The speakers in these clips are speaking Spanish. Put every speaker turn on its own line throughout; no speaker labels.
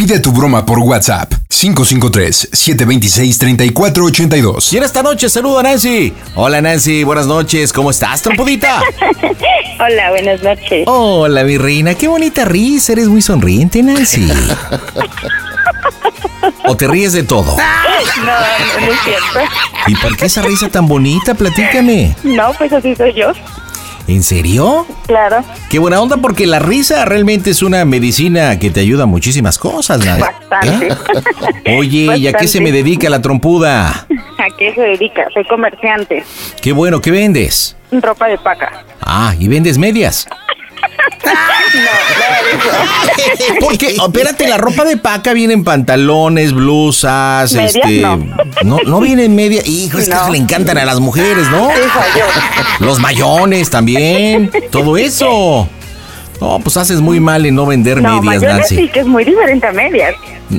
Pide tu broma por WhatsApp 553-726-3482.
Y en esta noche saludo a Nancy. Hola Nancy, buenas noches. ¿Cómo estás, trompudita?
Hola, buenas noches.
Hola, mi reina. Qué bonita risa. Eres muy sonriente, Nancy. ¿O te ríes de todo?
No, no, no es cierto.
¿Y por qué esa risa tan bonita? Platícame.
No, pues así soy yo.
¿En serio?
Claro.
Qué buena onda porque la risa realmente es una medicina que te ayuda a muchísimas cosas, Nancy. ¿Eh?
Bastante.
¿Ah? Oye, ¿y a qué se me dedica la trompuda?
¿A qué se dedica? Soy comerciante.
Qué bueno, ¿qué vendes?
Ropa de paca.
Ah, ¿y vendes medias? Porque, espérate, la ropa de paca viene en pantalones, blusas,
Medias,
este...
no.
no. no viene en media. Hijo, es que
No.
le encantan a las mujeres, ¿no?
Sí, soy yo.
Los mayones también, todo eso. No, pues haces muy mal en no vender
No,
medias,
mayones
Nancy.
sí que es muy diferente a medias.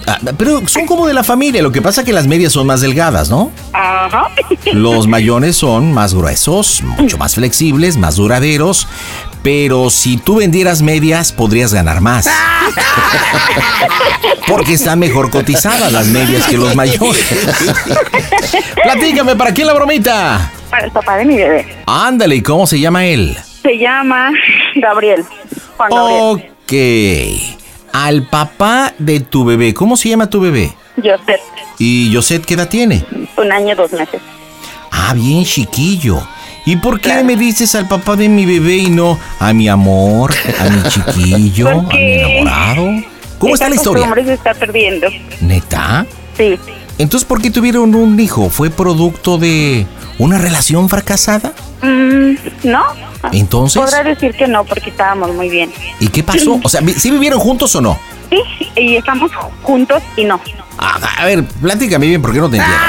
Ah, pero son como de la familia, lo que pasa que las medias son más delgadas, ¿no?
Ajá.
Los mayones son más gruesos, mucho más flexibles, más duraderos. Pero si tú vendieras medias, podrías ganar más. Porque están mejor cotizadas las medias que los mayores. Platícame, ¿para quién la bromita?
Para el papá de mi bebé.
Ándale, ¿y cómo se llama él?
Se llama Gabriel. Juan
Oh.
Gabriel.
Ok. Al papá de tu bebé. ¿Cómo se llama tu bebé?
Joseph.
¿Y Josette qué edad tiene?
Un año, dos meses.
Ah, bien chiquillo. ¿Y por qué
Claro.
me dices al papá de mi bebé y no a mi amor, a mi chiquillo, a mi
Porque
enamorado? ¿Cómo está
Esa
la historia?
costumbre se está perdiendo.
¿Neta?
Sí.
Entonces, ¿por qué tuvieron un hijo? ¿Fue producto de una relación fracasada?
Mm, ¿No?
Entonces,
Podrá decir que no, porque estábamos muy bien.
¿y qué pasó? O sea, ¿vi- ¿sí vivieron juntos o no?
Sí, y estamos juntos y no.
A, a ver, platícame bien porque no te entiendo.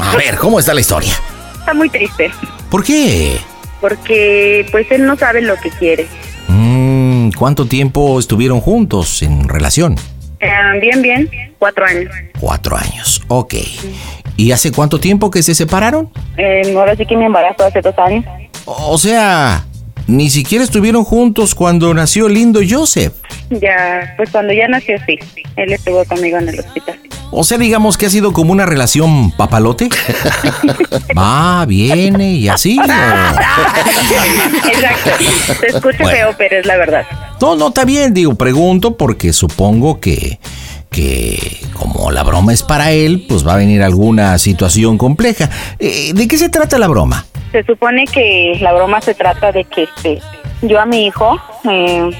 A ver, ¿cómo está la historia?
Está muy triste.
¿Por qué?
Porque pues él no sabe lo que quiere.
Mm, ¿Cuánto tiempo estuvieron juntos en relación?
Eh, bien, bien, cuatro años.
Cuatro años, ok. ¿Y hace cuánto tiempo que se separaron?
Eh, ahora sí que me embarazo hace dos años.
O sea, ni siquiera estuvieron juntos cuando nació el lindo Joseph.
Ya, pues cuando ya nació, sí. Él estuvo conmigo en el hospital.
O sea, digamos que ha sido como una relación papalote. Va, viene y así. ¿o?
Exacto. Se escucha
Bueno.
feo, pero es la verdad.
No, no, está bien, digo, pregunto porque supongo que, que como la broma es para él, pues va a venir alguna situación compleja. Eh, ¿De qué se trata la broma?
Se supone que la broma se trata de que este, yo a mi hijo eh,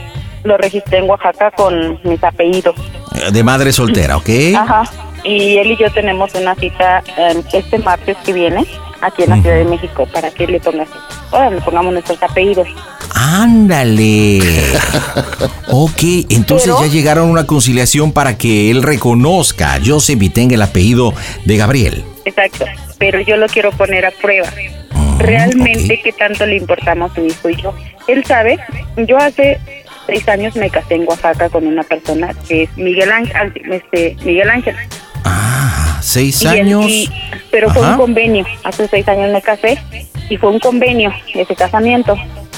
lo registré en Oaxaca con mis apellidos.
Eh, De madre soltera, ¿ok?
Ajá. Y él y yo tenemos una cita eh, este martes que viene aquí en la Ciudad de México para que le pongas, ahora le pongamos nuestros apellidos.
Ándale. ok, entonces
Pero-
ya llegaron a una conciliación para que él reconozca a Joseph y tenga el apellido de Gabriel.
Exacto. Pero yo lo quiero poner a prueba.
Mm,
Realmente, ¿qué tanto le importamos a mi hijo y yo? Él sabe, yo hace seis años me casé en Oaxaca con una persona que es Miguel Ángel. Este, Miguel Ángel.
Ah, seis
Y él-
años.
y- pero fue
Ajá.
un convenio. Hace seis años me casé y fue un convenio ese casamiento.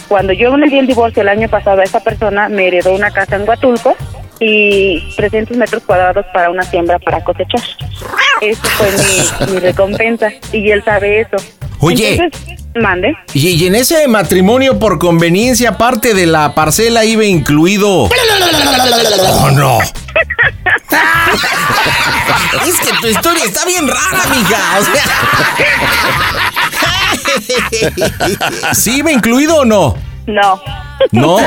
Cuando yo le di el divorcio el año pasado a esa persona, me heredó una casa en Huatulco y 300 metros cuadrados para una siembra para cosechar. Eso fue mi, mi recompensa y él sabe eso.
Oye,
Entonces, Mande.
Y, y en ese matrimonio por conveniencia, aparte de la parcela, iba incluido. ¡Oh, no! es que tu historia está bien rara, mija. O sea. ¿Sí iba incluido o no?
No.
No. No.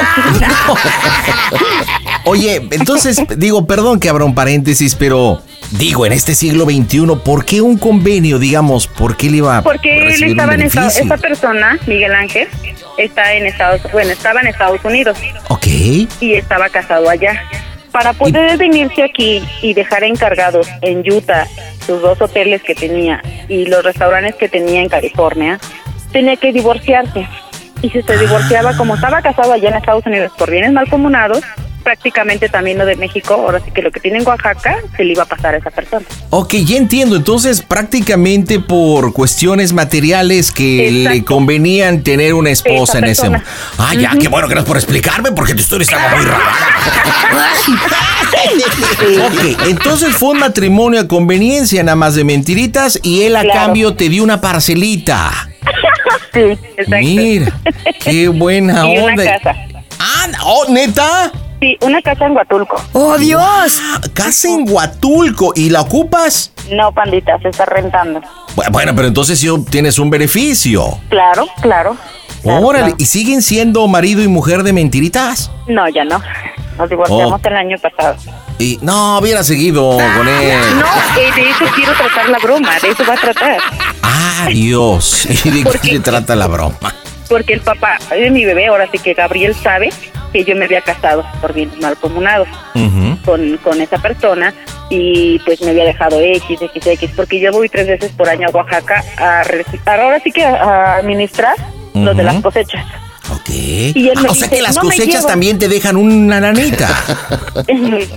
Oye, entonces, digo, perdón que abra un paréntesis, pero digo, en este siglo XXI, ¿por qué un convenio, digamos? ¿Por qué le iba a
Porque él
recibir un
estaba en Estados
beneficio?
Esta persona, Miguel Ángel, está en Estados Bueno, estaba en Estados Unidos
Ok.
y estaba casado allá. Para poder venirse aquí y dejar encargados en Utah sus dos hoteles que tenía y los restaurantes que tenía en California, tenía que divorciarse. Y
Ah.
si se divorciaba, como estaba casado allá en Estados Unidos por bienes malcomunados, prácticamente también lo de México, ahora sí que lo que tiene en Oaxaca, se le iba a pasar a esa persona.
Ok, ya entiendo. Entonces, prácticamente por cuestiones materiales que
Exacto.
le convenían tener una esposa en ese
persona.
momento. Ah, ya, qué bueno, gracias por explicarme, porque tu historia estaba muy rara. ok, entonces fue un matrimonio a conveniencia, nada más de mentiritas, y él a
Claro.
cambio te dio una parcelita.
Sí, exacto.
Ah, Mira, qué buena
Y una
onda.
casa.
Ah, oh, neta.
Sí, una casa en Huatulco.
¡Oh, Dios!
Ah, Casa en Huatulco, ¿y la ocupas?
No, pandita, se está rentando.
Bu- Bueno, pero entonces sí obtienes un beneficio.
Claro, claro. Claro,
Órale,
claro.
¿y siguen siendo marido y mujer de mentiritas?
No, ya no. Nos divorciamos el año pasado.
Y no, hubiera seguido con él.
Ah, No, eh, de eso quiero tratar la broma, de eso va a tratar.
Ah, Dios. ¿Y de
¿Por
qué
qué?
se trata la broma?
Porque el papá de mi bebé, ahora sí que Gabriel sabe que yo me había casado por bien malcomunado con, con esa persona y pues me había dejado X, X, X, porque yo voy tres veces por año a Oaxaca a, re- ahora sí que a, a administrar lo de las cosechas.
Ok.
él me
Ah, o sea
dice,
que las
"No me
cosechas
llevo".
también te dejan una nanita.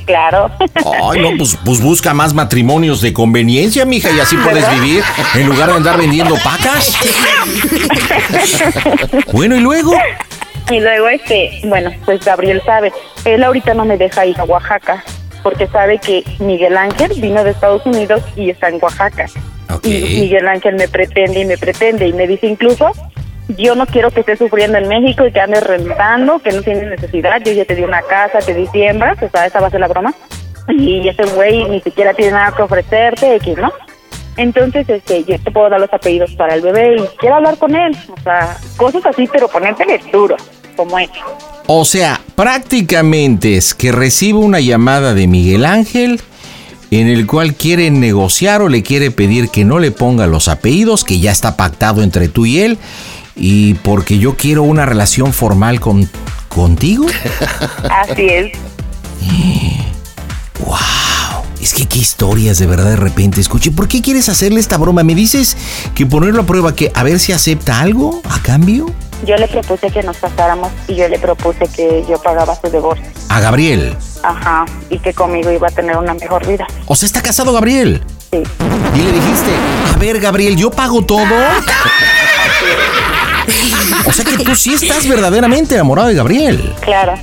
claro.
Ay, no, pues, pues busca más matrimonios de conveniencia, mija, y así puedes vivir en lugar de andar vendiendo pacas. Bueno, ¿y luego?
Y luego, este, bueno, pues Gabriel sabe, él ahorita no me deja ir a Oaxaca, porque sabe que Miguel Ángel vino de Estados Unidos y está en Oaxaca.
Ok.
Y Miguel Ángel me pretende y me pretende y me dice incluso, yo no quiero que estés sufriendo en México y que andes rentando, que no tienes necesidad, yo ya te di una casa, te di siembras, o sea, esa va a ser la broma. Y ese güey ni siquiera tiene nada que ofrecerte, X, ¿no? Entonces, este, yo te puedo dar los apellidos para el bebé y quiero hablar con él. O sea, cosas así, pero ponértele duro, como es.
O sea, prácticamente es que recibe una llamada de Miguel Ángel en el cual quiere negociar o le quiere pedir que no le ponga los apellidos, que ya está pactado entre tú y él, y porque yo quiero una relación formal con, contigo.
Así es.
¡Wow! Es que qué historias de verdad de repente. Escuche, ¿por qué quieres hacerle esta broma? ¿Me dices que ponerlo a prueba, que a ver si acepta algo a cambio?
Yo le propuse que nos casáramos y yo le propuse que yo pagaba su divorcio.
A Gabriel.
Ajá, y que conmigo iba a tener una mejor vida.
O sea, está casado Gabriel.
Sí.
Y le dijiste, a ver, Gabriel, yo pago todo. O sea que tú sí estás verdaderamente enamorado de Gabriel.
Claro,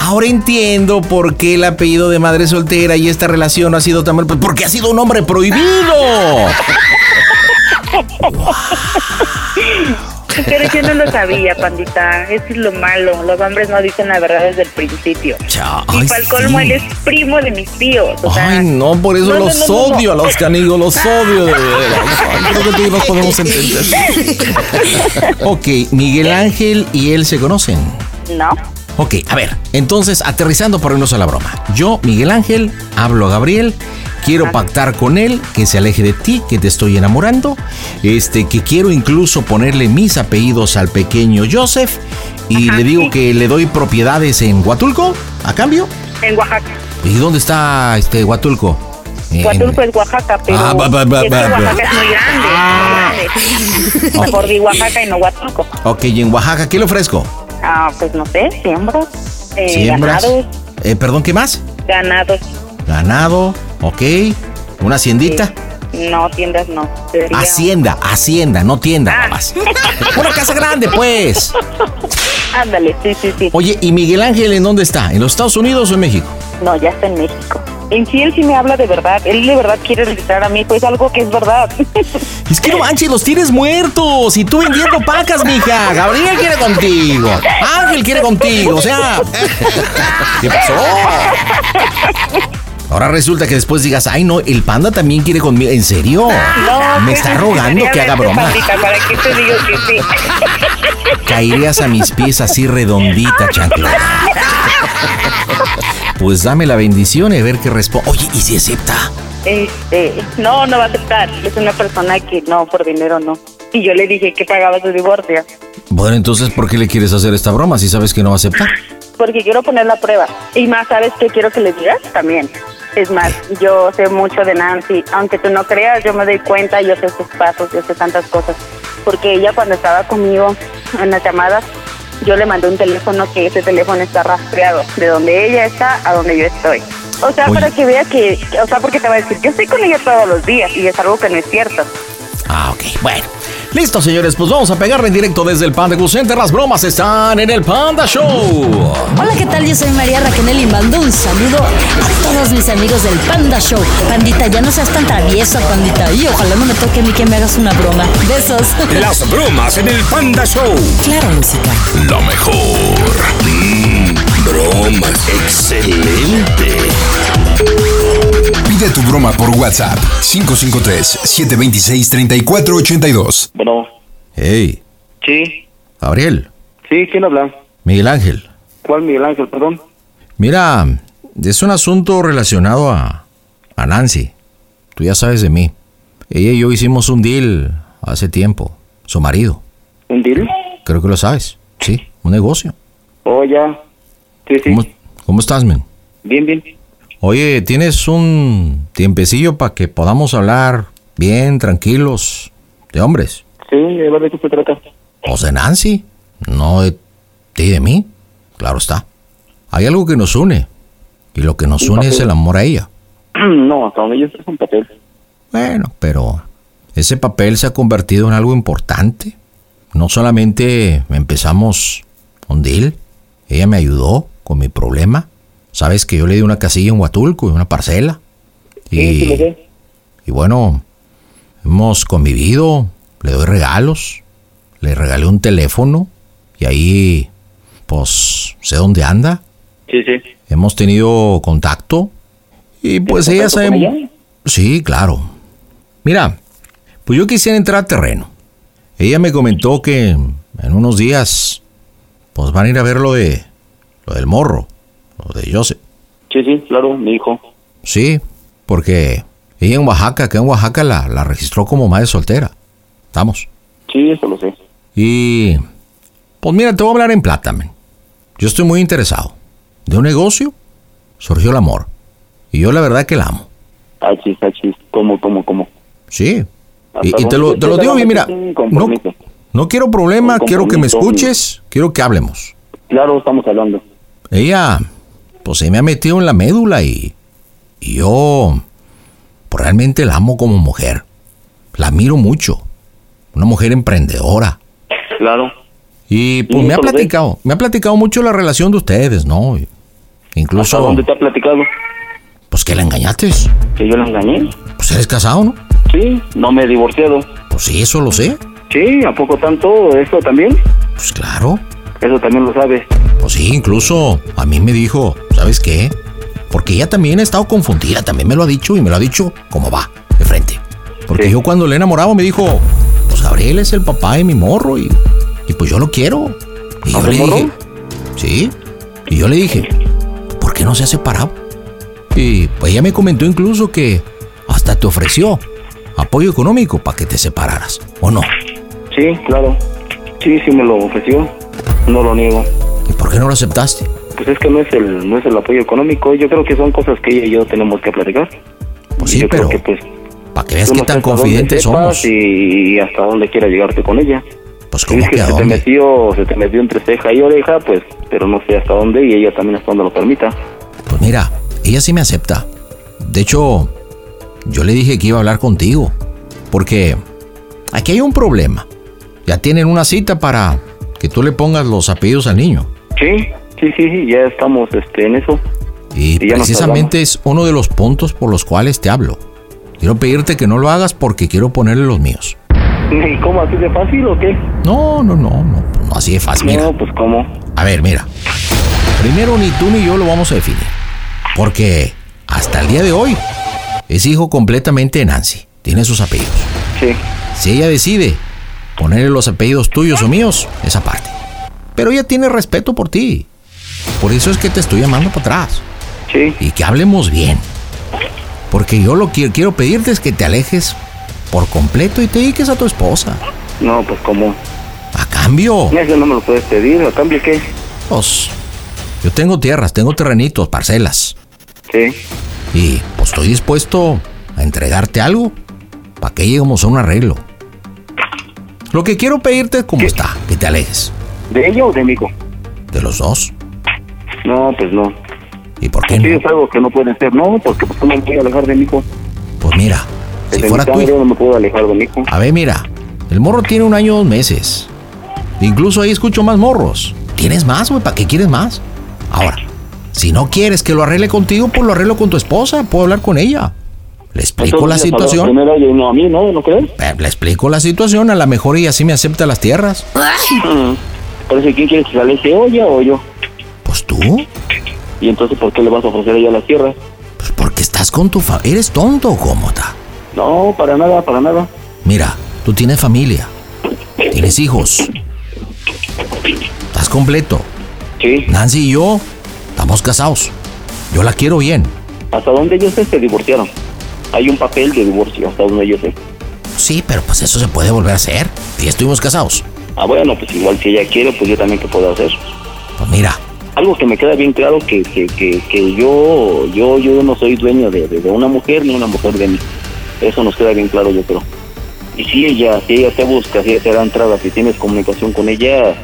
Ahora entiendo por qué el apellido de madre soltera y esta relación ha sido tan mal. pues, Porque ha sido un hombre prohibido.
pero yo no lo sabía, pandita. Eso es lo malo. Los hombres no dicen la verdad desde el principio.
Cha-
y
ay,
para el colmo,
sí.
él es primo de mis tíos. O sea,
Ay, no, por eso
No, no,
los
no, no,
odio
no.
a los canigos, los odio. de veras. Ay, Creo que tú y yo nos podemos entender. ok, Miguel Ángel y él se conocen.
no.
Ok, a ver, entonces aterrizando por irnos a la broma. Yo, Miguel Ángel, hablo a Gabriel, quiero pactar con él, que se aleje de ti, que te estoy enamorando, este, que quiero incluso ponerle mis apellidos al pequeño Joseph y
Ajá,
le digo
sí.
que le doy propiedades en Huatulco a cambio.
En Oaxaca.
¿Y dónde está este Huatulco? En-
Huatulco es Oaxaca, pero
Eh. Ah, ba, ba, ba,
es que
ba, ba.
Oaxaca es muy grande.
Ah.
es muy grande. Mejor di Oaxaca y no Huatulco.
Ok, y en Oaxaca, ¿qué le ofrezco?
Ah, pues no sé, siembras, eh,
Siembras.
ganados,
Eh, perdón, ¿qué más?
ganados.
Ganado, ok. Una haciendita.
eh, no, tiendas no. sería-
Hacienda, hacienda, no tienda nada más. Una casa grande, pues.
Ándale, sí, sí, sí.
Oye, ¿y Miguel Ángel en dónde está? ¿En los Estados Unidos o en México?
No, ya está en México. En sí, él sí me habla de verdad. Él de verdad quiere regresar a mi hijo. Es algo que es verdad.
Es que no manches, los tienes muertos. Y tú vendiendo pacas, mija. Gabriel quiere contigo. Ángel quiere contigo. O sea, ¿qué pasó? Ahora resulta que después digas, ay no, el panda también quiere conmigo. ¿En serio?
No,
Ah, Me
pues,
está rogando que haga broma.
Pandita, ¿Para qué te digo que sí?
Caerías a mis pies así redondita, chancla. Pues dame la bendición y a ver qué responde. Oye, ¿y si acepta?
Este, no, no va a aceptar. Es una persona que no, por dinero no. Y yo le dije que pagaba su divorcio.
Bueno, entonces, ¿por qué le quieres hacer esta broma si sabes que no va a aceptar?
Porque quiero poner la prueba. Y más, ¿sabes qué quiero que le digas? También. Es más, yo sé mucho de Nancy. Aunque tú no creas, yo me doy cuenta, yo sé sus pasos, yo sé tantas cosas. Porque ella cuando estaba conmigo en las llamadas, yo le mandé un teléfono que ese teléfono está rastreado. De donde ella está a donde yo estoy. O sea,
Oye.
para que vea que, o sea, porque te va a decir, yo estoy con ella todos los días y es algo que no es cierto.
Ah, ok, bueno. Listo, señores, pues vamos a pegarle en directo desde el Panda Cool Center. Las bromas están en el Panda Show.
Hola, ¿qué tal? Yo soy María Raquel y mando un saludo a todos mis amigos del Panda Show. Pandita, ya no seas tan travieso, pandita. Y ojalá no me toque a mí que me hagas una broma. Besos.
Las bromas en el Panda Show.
Claro, música.
Lo mejor. bromas. Excelente.
Pide tu broma por WhatsApp 553-726-3482.
Bueno,
Hey,
sí,
Gabriel,
sí, ¿quién habla?
Miguel Ángel.
¿Cuál Miguel Ángel, perdón?
Mira, es un asunto relacionado a, a Nancy. Tú ya sabes de mí. Ella y yo hicimos un deal hace tiempo. Su marido.
¿Un deal?
Creo que lo sabes. Sí, un negocio.
Oh, ya. Sí, sí.
¿Cómo, cómo estás, men?
Bien, bien.
Oye, ¿tienes un tiempecillo para que podamos hablar bien, tranquilos, de hombres?
Sí, a ver de qué se trata.
¿O de Nancy? No de ti y de mí. Claro está. Hay algo que nos une. Y lo que nos une es el amor a ella.
no, hasta donde yo sé es un papel.
Bueno, pero ese papel se ha convertido en algo importante. No solamente empezamos un deal, ella me ayudó con mi problema. Sabes que yo le di una casilla en Huatulco y una parcela.
Sí, sí, lo
Y,
sé.
y bueno, hemos convivido, le doy regalos, le regalé un teléfono y ahí, pues, sé dónde anda.
Sí, sí.
Hemos tenido contacto y pues ella
contacto
sabe...
con ella?
Sí, claro. Mira, pues yo quisiera entrar a terreno. Ella me comentó que en unos días pues van a ir a ver lo de lo del morro, lo de Joseph.
Sí, sí, claro, mi hijo.
Sí, porque ella en Oaxaca, que en Oaxaca la, la registró como madre soltera. Estamos.
Sí, eso lo sé.
Y pues mira, te voy a hablar en plata, men. Yo estoy muy interesado. De un negocio surgió el amor. Y yo la verdad que la amo.
Achis, achis. ah, ¿Cómo, cómo, cómo?
Sí.
Hasta
Y, y te, lo,
donde
te lo digo bien, mira.
llegamos es un
No,
compromiso.
no quiero problema,
Un
quiero que me
compromiso.
escuches, quiero que hablemos.
Claro, estamos hablando.
Ella, pues se me ha metido en la médula y, y yo, pues realmente la amo como mujer. La admiro mucho. Una mujer emprendedora.
Claro.
Y pues
Sí,
me ha
eso lo sé.
platicado, me ha platicado mucho la relación de ustedes, ¿no? Y-
¿Hasta
Incluso,
dónde te ha platicado?
pues que la engañaste.
¿Que yo la engañé?
Pues eres casado, ¿no?
Sí, no me he divorciado.
Pues sí, eso lo sé.
Sí, ¿a poco tanto? ¿Eso también?
Pues claro.
Eso también lo sabes.
Pues sí, incluso a mí me dijo, ¿sabes qué? Porque ella también ha estado confundida, también me lo ha dicho y me lo ha dicho como va, de frente. Porque
Sí.
yo cuando le he enamorado me dijo, pues Gabriel es el papá de mi morro y, y pues yo lo quiero. Y yo
¿A tu
le
morro?
dije, sí, y yo le dije, ¿por qué no se ha separado? Y pues ella me comentó incluso que hasta te ofreció apoyo económico para que te separaras, ¿o no?
Sí, claro. Sí, sí me lo ofreció. No lo niego.
¿Y por qué no lo aceptaste?
Pues es que no es el no es el apoyo económico. Yo creo que son cosas que ella y yo tenemos que platicar.
Pues
Y
sí,
yo
pero
creo que pues
para que veas
tú
qué
no
tan
sabes a dónde
confidentes
sepas
somos.
Y, y hasta dónde quiera llegarte con ella.
Pues
Si es
como
que
que a
se te
dónde?
metió se te metió entre ceja y oreja, pues, pero no sé hasta dónde y ella también hasta donde lo permita.
Pues mira, ella sí me acepta. De hecho, yo le dije que iba a hablar contigo. Porque aquí hay un problema. Ya tienen una cita para que tú le pongas los apellidos al niño.
Sí, sí, sí, sí, ya estamos este en eso.
Y
Y ya nos
precisamente es uno de los puntos por los cuales te hablo. Quiero pedirte que no lo hagas porque quiero ponerle los míos.
¿Y cómo así de fácil o qué?
No, no, no, no, no, así de fácil. Mira,
No, pues cómo.
a ver, mira. Primero ni tú ni yo lo vamos a definir. Porque hasta el día de hoy es hijo completamente de Nancy. Tiene sus apellidos.
Sí.
Si ella decide ponerle los apellidos tuyos o míos, esa parte. Pero ella tiene respeto por ti. Por eso es que te estoy llamando para atrás.
Sí.
y que hablemos bien. Porque yo lo que quiero pedirte es que te alejes por completo y te dediques a tu esposa.
No, pues cómo.
A cambio,
Eso no me lo puedes pedir. ¿A cambio qué?
pues, yo tengo tierras, tengo terrenitos, parcelas.
Sí.
Y pues estoy dispuesto a entregarte algo para que lleguemos a un arreglo. Lo que quiero pedirte es como está, que te alejes
¿De ella o de Mico?
de los dos.
No, pues no.
¿Y por qué
Sí,
no?
es algo que no puede ser. No, porque pues, ¿cómo me voy a alejar de Mico?
Pues mira, si
Desde
fuera
mi
tú...
sangre no me puedo alejar de Mico.
A ver, mira, el morro tiene un año y dos meses. Incluso ahí escucho más morros. ¿Tienes más, güey? ¿Para qué quieres más? Ahora, si no quieres que lo arregle contigo, pues lo arreglo con tu esposa. Puedo hablar con ella. Le explico la
Entonces, le pagaron
situación.
Primero a ella y no a mí, ¿no? ¿No crees?
Eh, Le explico la situación. A lo mejor ella sí me acepta las tierras.
Mm. Por eso, ¿quién quiere que se aleje? ¿O ella o yo?
Pues tú,
Y entonces, ¿por qué le vas a ofrecer a ella la tierra?
pues porque estás con tu familia. ¿Eres tonto o cómo está?
No, para nada, para nada.
Mira, tú tienes familia. Tienes hijos. Estás completo.
Sí.
Nancy y yo estamos casados. Yo la quiero bien.
Hasta donde yo sé, se divorciaron. Hay un papel de divorcio, hasta donde yo sé.
Sí, pero pues eso se puede volver a hacer. Si estuvimos casados.
Ah, bueno, pues igual si ella quiere, pues yo también que puedo hacer.
Pues mira,
Algo que me queda bien claro que, que, que, que yo, yo, yo no soy dueño de, de- de una mujer ni una mujer de mí. Eso nos queda bien claro, yo creo. Y si ella, si ella te busca, si ella te da entrada, si tienes comunicación con ella,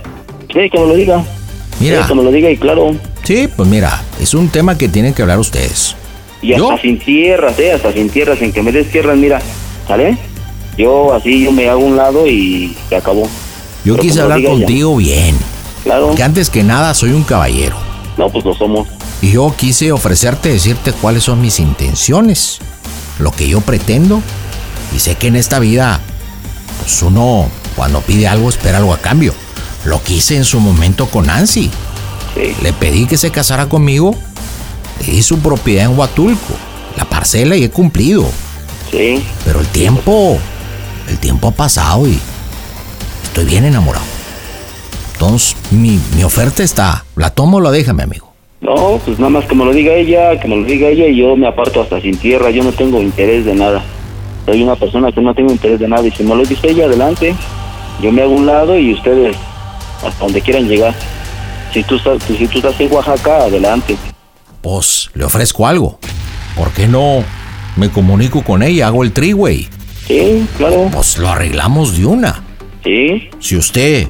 sí, que me lo diga.
mira.
Sí, que me lo diga y claro,
Sí, pues mira, es un tema que tienen que hablar ustedes.
Y hasta
¿Yo?
sin tierras, ¿eh? Hasta sin tierras, en que me des tierras, mira, ¿sale? Yo así, yo me hago un lado y se acabó.
Yo
Pero
quise
como lo
hablar
diga ella.
contigo bien.
Claro,
Que antes que nada soy un caballero.
no, pues lo somos.
Y yo quise ofrecerte, decirte cuáles son mis intenciones. Lo que yo pretendo. Y sé que en esta vida, pues uno cuando pide algo espera algo a cambio. Lo quise en su momento con Nancy.
Sí,
Le pedí que se casara conmigo. Le di su propiedad en Huatulco, la parcela y he cumplido.
sí,
Pero el tiempo, el tiempo ha pasado y estoy bien enamorado. Entonces, mi, mi oferta está. La tomo o la deja, mi amigo.
no, pues nada más que me lo diga ella, que me lo diga ella y yo me aparto hasta sin tierra, yo no tengo interés de nada. Soy una persona que no tengo interés de nada y si me lo dice ella, adelante. Yo me hago un lado y ustedes hasta donde quieran llegar. Si tú estás, si tú estás en Oaxaca, adelante.
Pues le ofrezco algo. ¿Por qué no me comunico con ella? Hago el triway.
Sí, claro,
Pues lo arreglamos de una.
sí,
Si usted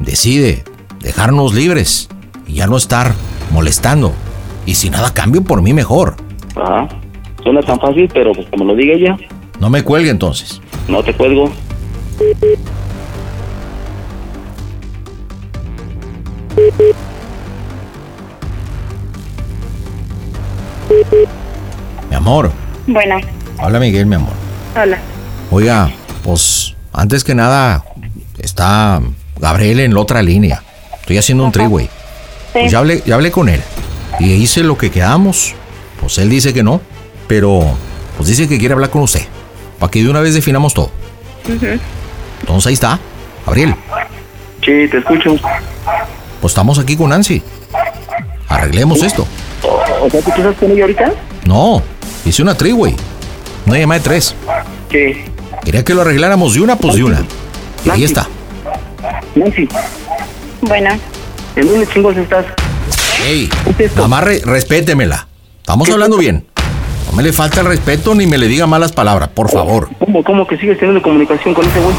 decide dejarnos libres y ya no estar molestando. Y si nada cambio por mí, mejor.
Ajá. Suena tan fácil, pero pues como lo diga ella,
No me cuelgue entonces.
no te cuelgo.
Mi amor.
Bueno,
Hola Miguel, mi amor.
hola.
Oiga, pues antes que nada está Gabriel en la otra línea. Estoy haciendo un triway.
Sí.
Pues ya hablé, ya hablé con él y hice lo que quedamos. Pues él dice que no, pero pues dice que quiere hablar con usted. Para que de una vez definamos todo. Entonces ahí está. Gabriel,
Sí, te escucho.
pues estamos aquí con Nancy. Arreglemos esto.
O, o sea, ¿tú quizás con ella ahorita?
No, hice una triway. Una llamada de tres.
Sí.
Quería que lo arregláramos de una, pues de una. Y ahí está.
Nancy,
Bueno,
¿en dónde chingos estás?
Ey,
¿Qué es eso?
nada más re- respétemela. Estamos
¿Qué es
hablando
eso?
bien. No me le falta el respeto ni me le diga malas palabras, por favor.
¿Cómo, cómo que sigues teniendo comunicación con ese güey?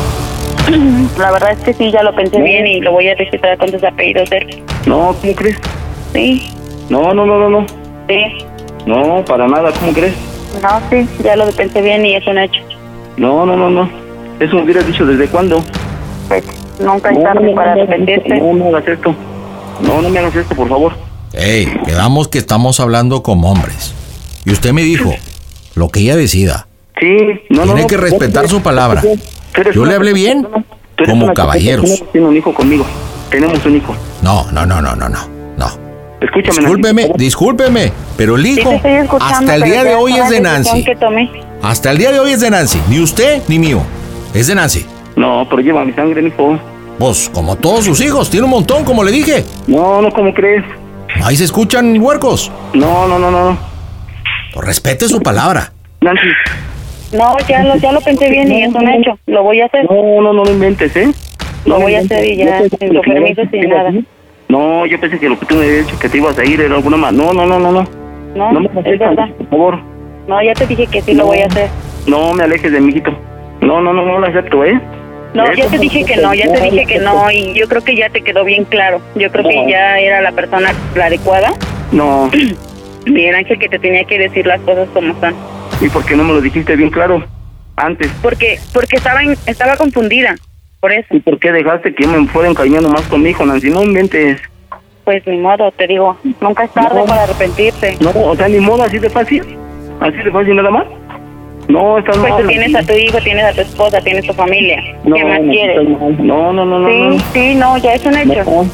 la verdad es que sí, ya lo pensé bien y lo voy a registrar con tus apellidos. ¿eh?
No, ¿cómo crees?
Sí,
No, no, no, no, no.
sí.
No, para nada, ¿cómo crees?
No, sí, ya lo pensé bien y es un hecho.
No, no, no, no. Eso me hubieras dicho desde cuándo.
Pues nunca es
no,
tarde
no,
para
no,
arrepentirse.
No, no hagas esto. No, no me hagas esto, por favor.
Ey, quedamos que estamos hablando como hombres. Y usted me dijo, lo que ella decida.
Sí, no, no.
Tiene
no,
que
tú
respetar
eres-
su palabra.
tú eres
Yo
una
le hablé bien,
persona- tú eres
como
una
caballeros.
persona que Tiene un hijo conmigo. Tenemos un hijo.
No, no, no, no, no, no, no.
Escúchame.
Discúlpeme,
Nandito.
discúlpeme, pero el
Sí
hijo
te estoy escuchando,
hasta el
pero
día
ya
de hoy
está
es de
la decisión
Nancy.
que tomé.
Hasta el día de hoy es de Nancy. Ni usted ni mío. Es de Nancy.
No, pero lleva mi sangre, mi hijo.
Pues, como todos sus hijos, tiene un montón, como le dije.
No, no, ¿cómo crees?
Ahí se escuchan huercos.
No, no, no, no.
Pues, respete su palabra.
Nancy,
No, ya lo, ya lo pensé bien y es un hecho. Lo voy a hacer.
no, no, no lo inventes, ¿eh?
Lo
No
voy a
inventes.
hacer y
Yo
ya,
pensé
sin
que lo
tu
que me
permiso,
habías
sin
dicho
nada.
así. No, yo pensé que lo que tú me habías dicho que te ibas a ir era alguna más. No, no, no, no, no.
No,
No me
es
alejes,
Ah, pues verdad.
por favor.
No, ya te dije que sí lo
No.
voy a hacer.
No me alejes de mi hijito. No, no, no, no lo acepto, ¿eh?
No,
¿Eh?
ya te dije que no, ya te dije que no y yo creo que ya te quedó bien claro. Yo creo que
No.
ya era la persona la adecuada.
No.
Miguel Ángel que te tenía que decir las cosas como están.
¿Y por qué no me lo dijiste bien claro antes?
Porque porque estaba en- estaba confundida. Por eso,
¿Y por qué dejaste que yo me fuera encariñando más con mi hijo, Nancy? No inventes.
pues ni modo, te digo, nunca es tarde
No.
para arrepentirse.
No, o sea, ni modo, así de fácil. Así de fácil nada más. No, estás
Pues
mal.
tú tienes a
Nancy.
tu hijo, tienes a tu esposa, tienes tu familia.
No,
¿Qué más
Nancy,
quieres?
estás mal. No, no, no, no.
Sí,
no.
sí, no, ya es un hecho.
No,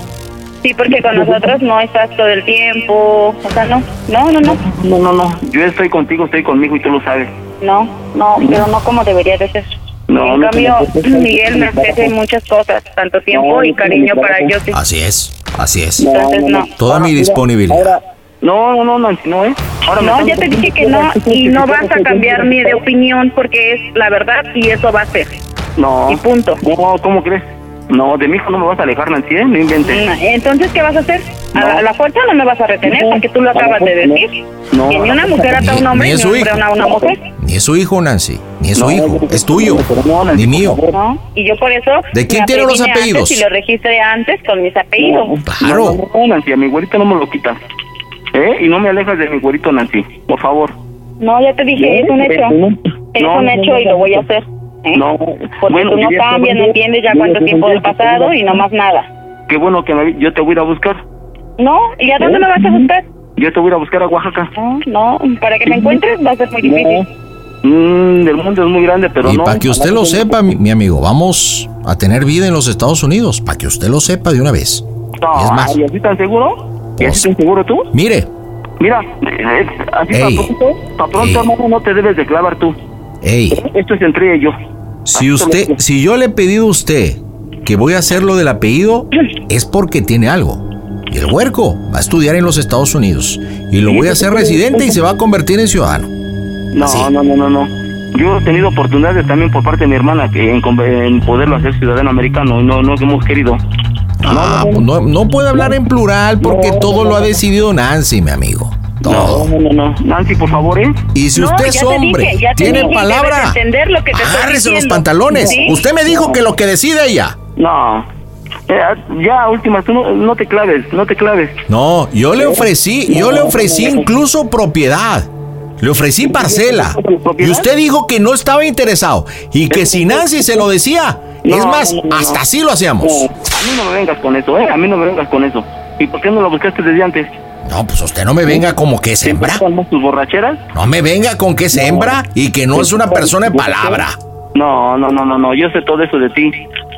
Sí, porque con nosotros no estás todo el tiempo. O sea, no, no, no, no,
no, no, no. Yo estoy contigo, estoy conmigo y tú lo sabes.
no, no, pero no como debería de ser.
No,
en
no
cambio,
tiene por qué ser.
Miguel me ofrece muchas cosas, tanto tiempo
No,
y
no tiene
cariño
por qué
para
ser.
yo. sí.
Así es, así es.
Entonces, no.
Toda mi
Ah, mira,
disponibilidad.
ahora- no, no, no, Nancy, no, ¿eh? Ahora me
No,
estás-
ya te dije que no y no vas a cambiar ni de opinión porque es la verdad y eso va a ser.
No.
Y punto.
No, ¿cómo crees? No, de mi hijo no me vas a alejar, Nancy, ¿eh? No inventes.
Mm, Entonces, ¿qué vas a hacer? A la,
No.
a la fuerza no me vas a retener
No,
porque tú lo
a la
acabas de
fuerza no.
decir.
No,
Que
a
ni
la
una
fuerza
mujer
no.
ata a un
Ni-
hombre,
ni
ni,
es
un
su
hombre
hijo.
a una, una mujer.
Ni es su hijo, Nancy. Ni es su
No,
hijo.
yo-
Es tuyo.
No, Nancy,
Ni
por
mío.
favor.
¿no? Y yo por eso.
¿De
me
quién tienen los
apellidé antes
apellidos?
Y lo registré antes con mis apellidos.
No,
Claro.
No, no, no, Nancy, a mi güerito no me lo quitas. ¿Eh? Y no me alejas de mi güerito, Nancy, por favor.
No, ya te dije, es un hecho. Es
No,
un
no,
hecho
no,
y
no,
lo voy a
no.
hacer. ¿eh?
No.
Porque
Bueno,
tú no
diría que
cambias, no
bueno,
entiendes ya
diría
cuánto
que
tiempo
bueno,
ha pasado y no más nada.
Qué bueno que me- yo te voy a ir a buscar.
No, ¿y a dónde me vas a buscar?
Yo te voy a ir a buscar a Oaxaca.
No, no, para que me encuentres va a ser muy difícil.
Mm, el mundo es muy grande, pero
Y
no.
para que usted lo
Ojalá que-
sepa, mi, mi amigo, vamos a tener vida en los Estados Unidos. Para que usted lo sepa de una vez.
No,
Y es más.
¿Y así tan seguro? ¿Y
Pues-
así tan seguro tú?
Mire,
Mira, eh, eh, así
Ey.
para pronto, pa' pronto,
Ey.
hermano, no te debes de clavar tú.
hey,
Esto es entre ellos. Ah,
si usted, si yo le he pedido a usted que voy a hacer lo del apellido, es porque tiene algo. Y el huerco va a estudiar en los Estados Unidos. Y lo voy a hacer residente y se va a convertir en ciudadano.
No,
Así.
no, no, no, no. Yo he tenido oportunidades también por parte de mi hermana que en, con- en poderlo hacer ciudadano americano y no, no hemos querido.
Ah, pues no, no puede hablar en plural porque todo lo ha decidido Nancy, mi amigo. Todo.
No, no, no. Nancy, por favor, ¿eh?
Y si
No,
usted
ya
es
te
hombre,
dije, ya te
tiene
dije,
palabra,
debes entender lo que te estoy
agárrese los
diciendo.
pantalones.
Sí.
Usted me dijo que lo que decide ella.
No. Eh, ya, última, tú no, no te claves, no te claves.
No, yo le ofrecí, yo le ofrecí incluso propiedad. Le ofrecí parcela. Y usted dijo que no estaba interesado. Y que si Nancy se lo decía, es más, hasta así lo hacíamos.
No, Oh, a mí no me vengas con eso, ¿eh? A mí no me vengas con eso. ¿Y por qué no lo buscaste desde antes?
No, pues usted no me venga como que
¿Te
sembra.
gustan más tus borracheras?
No me venga con que sembra y que no es una persona de palabra.
No, no, no, no, no. Yo sé todo eso de ti.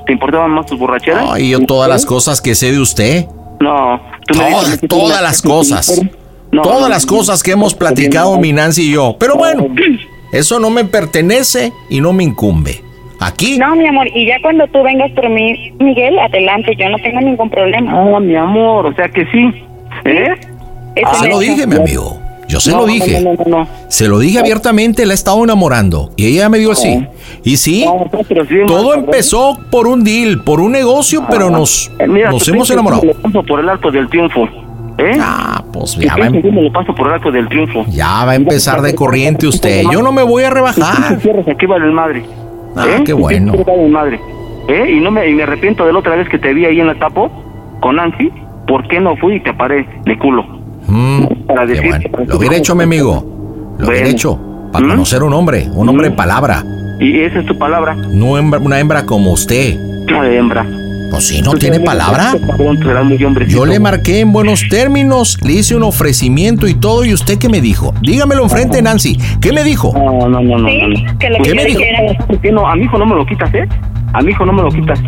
¿Te importaban más tus
¿Eh?
borracheras?
No, y yo todas las cosas que sé de usted.
No, tú me
Todas,
dices que tú
todas
me-
las cosas.
No,
todas
no,
las
no.
cosas que hemos platicado mi Nancy y yo. Pero bueno, eso no me pertenece y no me incumbe. Aquí,
No, mi amor, y ya cuando tú vengas por mí, Miguel, adelante, yo no tengo ningún problema.
Ah, mi amor, o sea que sí. ¿Eh?
Es
se
un
lo
hecho.
dije, mi amigo. Yo se
No,
lo
no,
dije.
No, no, no. no.
Se lo dije abiertamente, la he estado enamorando. Y ella me dio el sí.
No.
Y sí,
No, no, pero sí,
todo
hermano,
empezó por un deal, por un negocio, pero nos,
Eh, mira,
nos
tú
hemos
piensas
enamorado.
que me lo paso por el arco del triunfo. ¿Eh?
Ah, pues
Tú
ya va,
piensas que
em-
me lo paso por el arco del triunfo.
ya va a empezar de corriente usted. Yo no me voy a
Si
rebajar.
cierras aquí vale el madre. ¿Eh?
Ah, qué bueno.
Aquí vale el madre. ¿Eh? Y no me, y me arrepiento de la otra vez que te vi ahí en la tapo con Nancy. ¿Por qué no fui y te paré de culo?
Mm,
Para
qué
decirte,
bueno.
para
Lo hubiera
decirte.
hecho, mi amigo. Lo hubiera
Bueno.
hecho. Para
¿Mm?
conocer un hombre, un hombre de palabra.
Y esa es tu palabra,
No hembra- una hembra como usted.
no de hembra.
Pues si no tiene palabra. Yo le marqué en buenos términos, le hice un ofrecimiento y todo, y usted qué me dijo. Dígamelo enfrente, Nancy. ¿Qué me dijo?
No, no, no, no.
Sí,
no.
que lo
Pues,
que yo
¿qué
dijera.
me- ¿Por qué no? A mi hijo no me lo quitas, ¿eh? A mi hijo no me lo quitas.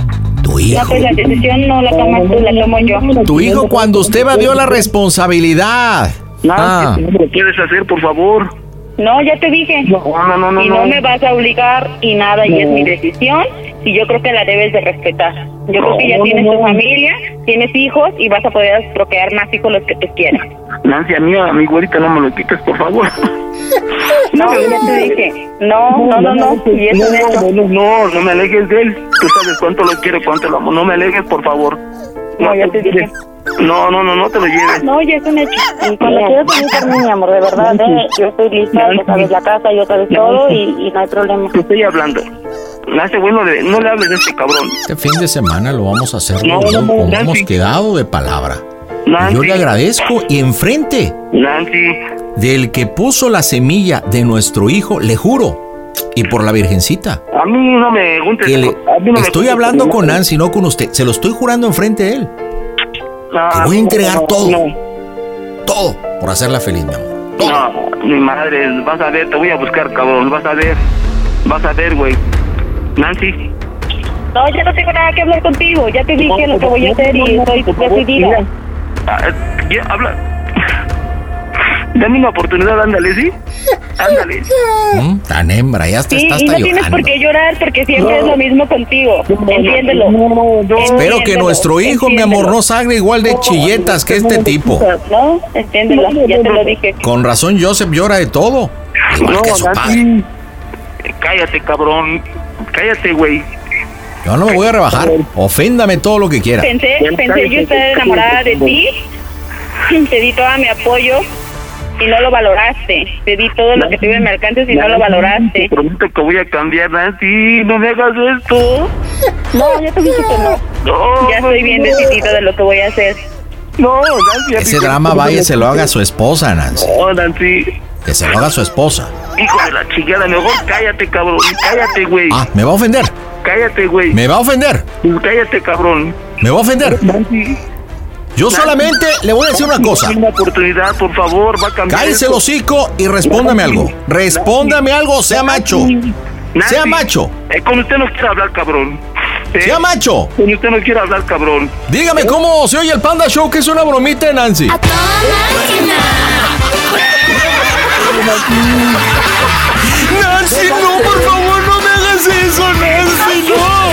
Tu
No,
hijo.
pues la decisión no la tomas tú, la tomo yo.
Tu hijo cuando usted evadió la responsabilidad.
No,
Ah,
que no me lo quieres hacer, por favor.
No, ya te dije.
No, no, no, no.
y no, me vas a obligar y nada, y es mi decisión, y yo creo que la debes de respetar. Yo creo que ya
No,
tienes
no,
tu
no.
familia, tienes hijos, y vas a poder procrear más hijos los que te quieran.
Nancy, a mí, a mi güerita no me lo quites, por favor.
No, ya te dije, no, no, no, no, y es un hecho.
no, no, no, no me alejes de él. Tú sabes cuánto lo quiero, cuánto lo amo. No me alejes, por favor.
No, ya te dije.
No, no, no, no te lo lleves.
No, ya es un hecho. Y cuando quieras venir por mí, mi amor, de verdad, eh, yo estoy lista, ya sabes la casa, yo sabes todo, y, y no hay problema.
Te estoy hablando. Nancy, güey, no le, no le hables de este cabrón.
este fin de semana lo vamos a hacer
No,
reunión,
no, no,
como
Nancy.
hemos quedado de palabra. Y
Nancy,
yo le agradezco y enfrente
Nancy,
del que puso la semilla de nuestro hijo, le juro, y por la Virgencita,
a mí no me juntes.
que le
a mí no me
estoy
juntes
hablando con
nadie.
Nancy, no con usted, se lo estoy jurando enfrente de él.
No,
Te voy a entregar
no,
todo.
No,
Todo por hacerla feliz, mi amor.
no, mi madre, vas a ver, te voy a buscar, cabrón, vas a ver, vas a ver, güey. Nancy.
No, ya no tengo nada que hablar contigo, ya te dije lo que voy a hacer y estoy decidida.
Ah, ya, habla. Dame una oportunidad, ándale, ¿sí? Ándale.
Mm, Tan hembra, ya hasta
Sí,
está
y
hasta
no tienes
llorando.
por qué llorar porque siempre es lo mismo contigo. Entiéndelo.
Espero que
Entiéndelo,
nuestro hijo, mi amor, no salga igual de chilletas que este tipo.
No, entiéndelo, ya te lo dije.
Con razón, Joseph llora de todo. Igual que su padre.
Nancy. Cállate, cabrón. Cállate, güey.
Yo no me voy a rebajar. Oféndame todo lo que quiera.
Pensé, pensé yo estar enamorada de ti, te di todo mi apoyo y no lo valoraste. Te di todo lo que tuve en mi alcance y no lo
Te
valoraste.
prometo que voy a cambiar, Nancy. No me hagas esto.
No, ya te dije que no.
No,
Ya estoy bien decidido de lo que voy a hacer.
No, Nancy. ya
Ese
te-
drama vaya se lo haga a su esposa, Nancy.
No, Nancy.
Que se lo haga a su esposa.
Hijo de la chingada, mejor cállate, cabrón. Cállate, güey.
Ah, me va a ofender.
Cállate, güey.
Me va a ofender.
Cállate, cabrón.
Me va a ofender.
Nancy.
Yo solamente le voy a decir una cosa.
Dame Una oportunidad, por favor, va a cambiar.
Cállese el
esto.
hocico y respóndame algo. Respóndame algo, sea macho.
Nancy,
Sea macho.
eh, con usted no quiere hablar, cabrón. Eh,
Sea macho.
Con usted no quiere hablar, cabrón.
Dígame cómo se oye el Panda Show, que es una bromita de Nancy.
A toda máquina.
Nancy, no, por favor, no me hagas eso, Nancy, no.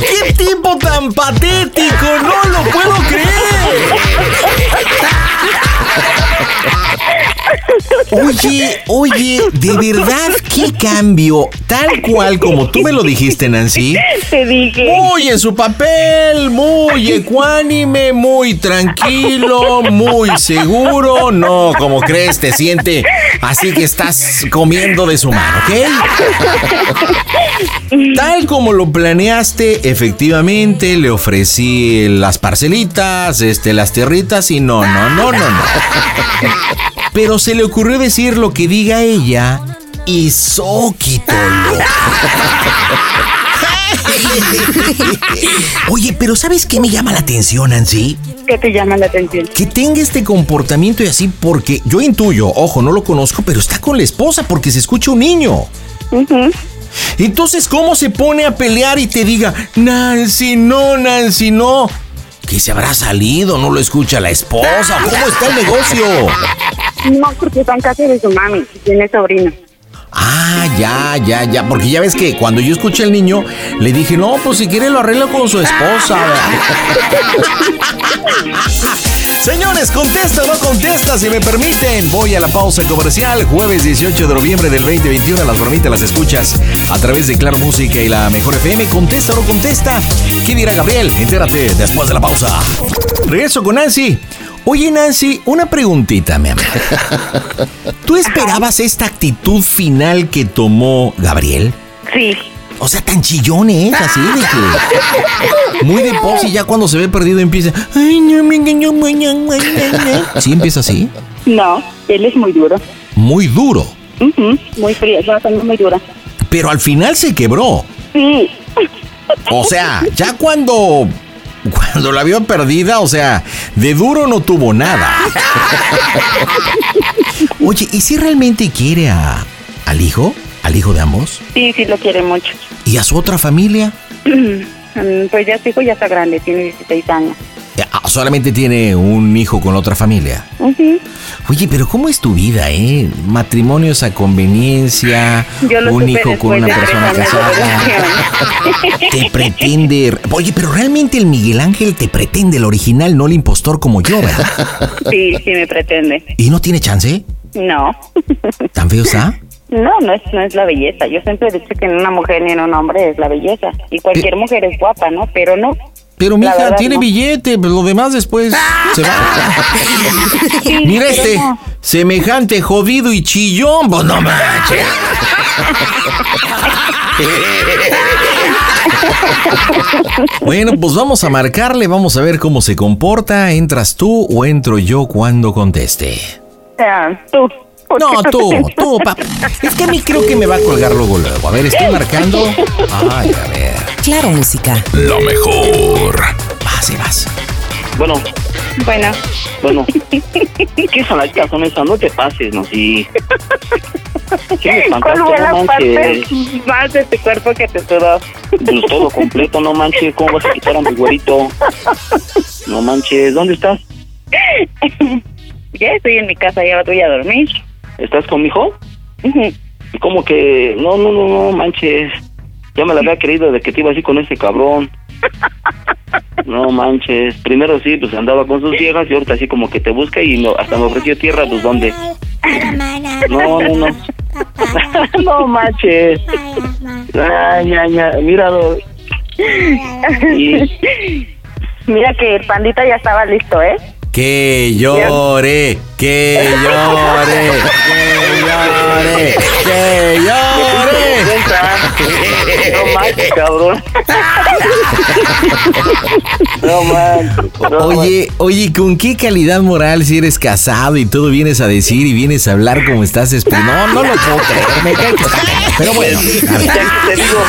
¡Qué tipo tan patético! ¡No lo puedo creer! Oye, oye, de verdad, qué cambio. Tal cual como tú me lo dijiste, Nancy.
Te dije.
Muy en su papel, muy ecuánime, muy tranquilo, muy seguro. No, como crees, te siente así que estás comiendo de su mano, ¿ok? Tal como lo planeaste, efectivamente le ofrecí las parcelitas, este, las tierritas y no, no, no, no, no. Pero se le ocurrió decir lo que diga ella y Zóquitolo. Oye, pero ¿sabes qué me llama la atención, Nancy?
¿Qué te llama la atención?
Que tenga este comportamiento y así porque yo intuyo, ojo, no lo conozco, pero está con la esposa porque se escucha un niño. Entonces, ¿cómo se pone a pelear y te diga, Nancy, no, Nancy, no? Que se habrá salido, no lo escucha la esposa. ¿Cómo está el negocio?
No, porque está en casa de su mami, tiene sobrino.
Ah, ya, ya, ya. Porque ya ves que cuando yo escuché al niño, le dije, no, pues si quiere lo arreglo con su esposa. Señores, contesta o no contesta, si me permiten. Voy a la pausa comercial. Jueves 18 de noviembre del 2021. Las bromitas las escuchas a través de Claro Música y la Mejor FM. Contesta o no contesta. ¿Qué dirá Gabriel? Entérate después de la pausa. Regreso con Nancy. Oye, Nancy, una preguntita, mi amor. ¿Tú esperabas esta actitud final que tomó Gabriel?
Sí,
O sea, tan chillón es, así de que. Muy de pose y ya cuando se ve perdido empieza. "Ay, no, mi niño, mi niño, mi niño". Sí, empieza así.
no, él es muy duro.
Muy duro.
Ujú, muy fría, no, también muy dura.
Pero al final se quebró.
Sí,
O sea, ya cuando. Cuando la vio perdida, o sea, de duro no tuvo nada. Oye, ¿y si realmente quiere a, al hijo? ¿Al hijo de ambos?
sí, sí lo quiere mucho.
¿Y a su otra familia?
Mm, Pues ya su hijo ya está grande, tiene 16 años.
Eh, ah, Solamente tiene un hijo con otra familia.
Ujú,
Oye, pero ¿cómo es tu vida, eh? Matrimonios a conveniencia,
Yo lo
un
supe
hijo con
después
una
de tres
persona
años de
casada. Te pretende. Oye, pero realmente el Miguel Ángel te pretende el original, no el impostor como yo, ¿verdad?
Sí, sí me pretende.
¿Y no tiene chance?
No.
¿Tan feo está?
No, no es, no es la belleza. Yo siempre he dicho que en una mujer ni en un hombre es la belleza. Y
Eh.
cualquier mujer es guapa, ¿no? Pero no.
Pero
La
mija,
verdad,
tiene
no.
billete, pues, lo demás después se va. Mira
pero
este,
no.
semejante jodido y chillón, pues no manches. Bueno, pues vamos a marcarle, vamos a ver cómo se comporta. ¿Entras tú o entro yo cuando conteste?
O sea, tú. ¿Por qué
No, tú,
te-
tú, pa. Es que a mí creo que me va a colgar luego, luego. A ver, estoy marcando. Ay, a ver.
Claro, música.
La mejor.
Vas y vas.
Bueno,
Bueno,
bueno. ¿Qué saladitas son esas? No te pases, no, sí. ¿Qué me
¿cuál
espantaste?
fue
No
la parte
manches.
más de tu cuerpo que te sudó?
Pues todo completo, no manches. ¿Cómo vas a quitar a mi güerito? No manches. ¿Dónde estás?
Ya estoy en mi casa, ya voy a dormir.
¿Estás conmigo?
Ujú.
Y como que, no, no, no, no, manches. Ya me la había creído de que te iba así con ese cabrón. No manches. Primero sí, pues andaba con sus viejas y ahorita así como que te busca y no, hasta me ofreció tierra, pues ¿dónde? No, no, no. no manches. Ay, ya, ya, míralo. Y,
Mira que el pandita ya estaba listo, ¿eh?
Que llore, que llore, que llore, que llore.
no manches, cabrón. no manches. no manches.
Oye, oye, ¿con qué calidad moral si eres casado y todo vienes a decir y vienes a hablar como estás espe- No, no lo puedo creer, me cae que está cañón, Pero bueno, a ver.
Ya que te digo.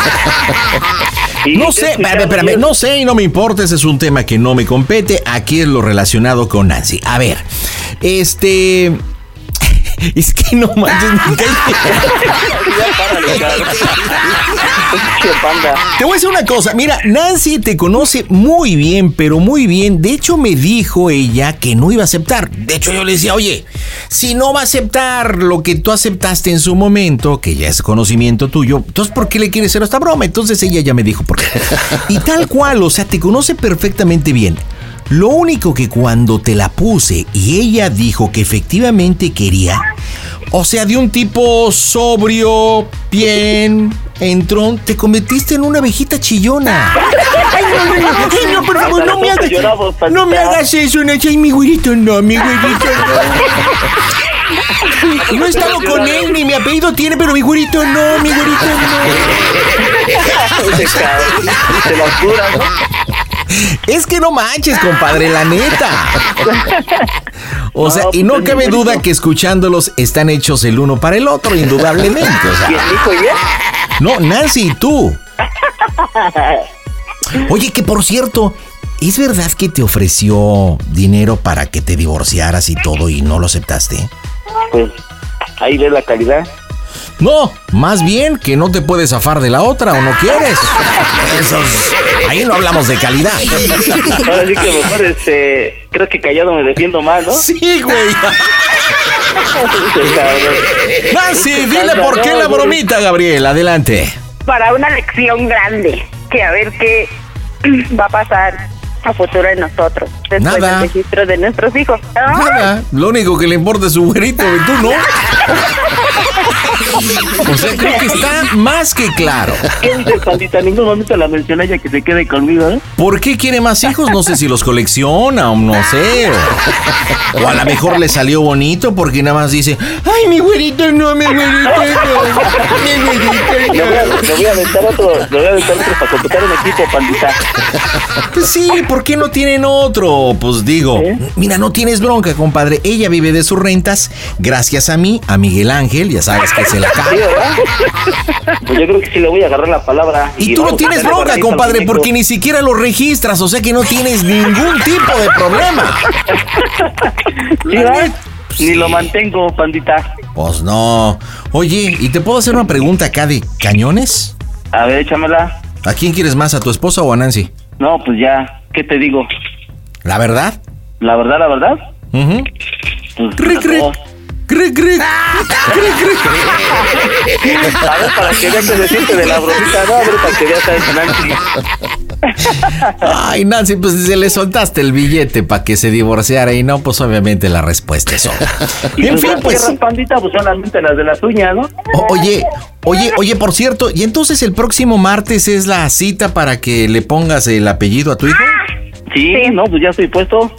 Y
no
te
sé,
he escuchado
espérame, espérame,
bien.
no sé y no me importa, ese es un tema que no me compete. Aquí es lo relacionado con Nancy. A ver, este. Es que no manches, me cae-
Ya párale, cabrón. Pinche panda.
Te voy a decir una cosa, mira, Nancy te conoce muy bien, pero muy bien. De hecho, me dijo ella que no iba a aceptar. De hecho, yo le decía, oye, si no va a aceptar lo que tú aceptaste en su momento, que ya es conocimiento tuyo, entonces, ¿por qué le quieres hacer esta broma? Entonces ella ya me dijo por qué. Y tal cual, o sea, te conoce perfectamente bien. Lo único que cuando te la puse y ella dijo que efectivamente quería, o sea, de un tipo sobrio, bien, entrón, te convertiste en una abejita chillona. Ay, no, no, no, ay, no, por favor, no me hagas. No me hagas eso, Nacho. Ay, mi güerito, no, mi güerito, no. No he estado con él, ni mi apellido tiene, pero mi güerito no, mi güerito no.
Ese cabrón. Se la cura, ¿no?
Es que no manches, compadre, la neta. O sea,
No,
y no
pues,
cabe
mi
duda
güerito.
que escuchándolos están hechos el uno para el otro, indudablemente. O sea,
¿Y el hijo ya?
No, Nancy, ¿y tú. Oye, que por cierto, ¿es verdad que te ofreció dinero para que te divorciaras y todo y no lo aceptaste?
Pues ahí ves la calidad.
No, más bien que no te puedes zafar de la otra o no quieres. Eso es- ahí no hablamos de calidad.
Ahora sí que mejor, este, creo que callado me defiendo más, ¿no?
Sí, güey.
Ese cabrón.
Nancy, dile por qué la bromita, Gabriel. Adelante.
Para una lección grande, que a ver qué va a pasar a futuro en nosotros, después
Nada.
del registro de nuestros hijos. ¡Ah!
Nada, lo único que le importa es su güerito y tú no. O sea, creo que está más que claro.
¿Qué dices, pandita? En ningún momento la mencioné ya que se quede conmigo, ¿eh?
¿Por qué quiere más hijos? No sé si los colecciona o no sé. O, o a lo mejor le salió bonito porque nada más dice, ay, mi güerito no, mi güerito no, mi güerito
Le voy a, le voy a aventar otro, le voy a aventar otro para completar un equipo, pandita.
Pues sí, ¿por qué no tienen otro? Pues digo,
¿Eh?
mira, no tienes bronca, compadre. Ella vive de sus rentas gracias a mí, a Miguel Ángel, ya sabes que se la
¿Sí,
cae.
verdad? Pues yo creo que sí le voy a agarrar la palabra.
Y tú no
vamos a
tienes
hacerle
bronca,
barrita al
compadre,
muñeco.
porque ni siquiera lo registras, o sea que no tienes ningún tipo de problema.
¿Sí, verdad? Ni lo mantengo, pandita.
Pues no. Oye, ¿y te puedo hacer una pregunta acá de cañones?
A ver, échamela.
¿A quién quieres más, a tu esposa o a Nancy?
No, pues ya, ¿qué te digo?
¿La verdad?
La verdad, la verdad.
Ujú.
Pues,
Cric, cric.
no.
Cric, cric. Cric, cric.
A ver, para que veas que se siente de la bromita, no, a ver, para que veas a ese Nancy.
Ay, Nancy, pues se le soltaste el billete para que se divorciara y no, pues obviamente la respuesta es obvia.
Y
En
pues
fin,
las
pues.
tierras, pandita, pues solamente las de las uñas, ¿no?
o- Oye, oye, oye, por cierto, ¿y entonces el próximo martes es la cita para que le pongas el apellido a tu hijo?
Sí, no, pues ya estoy puesto.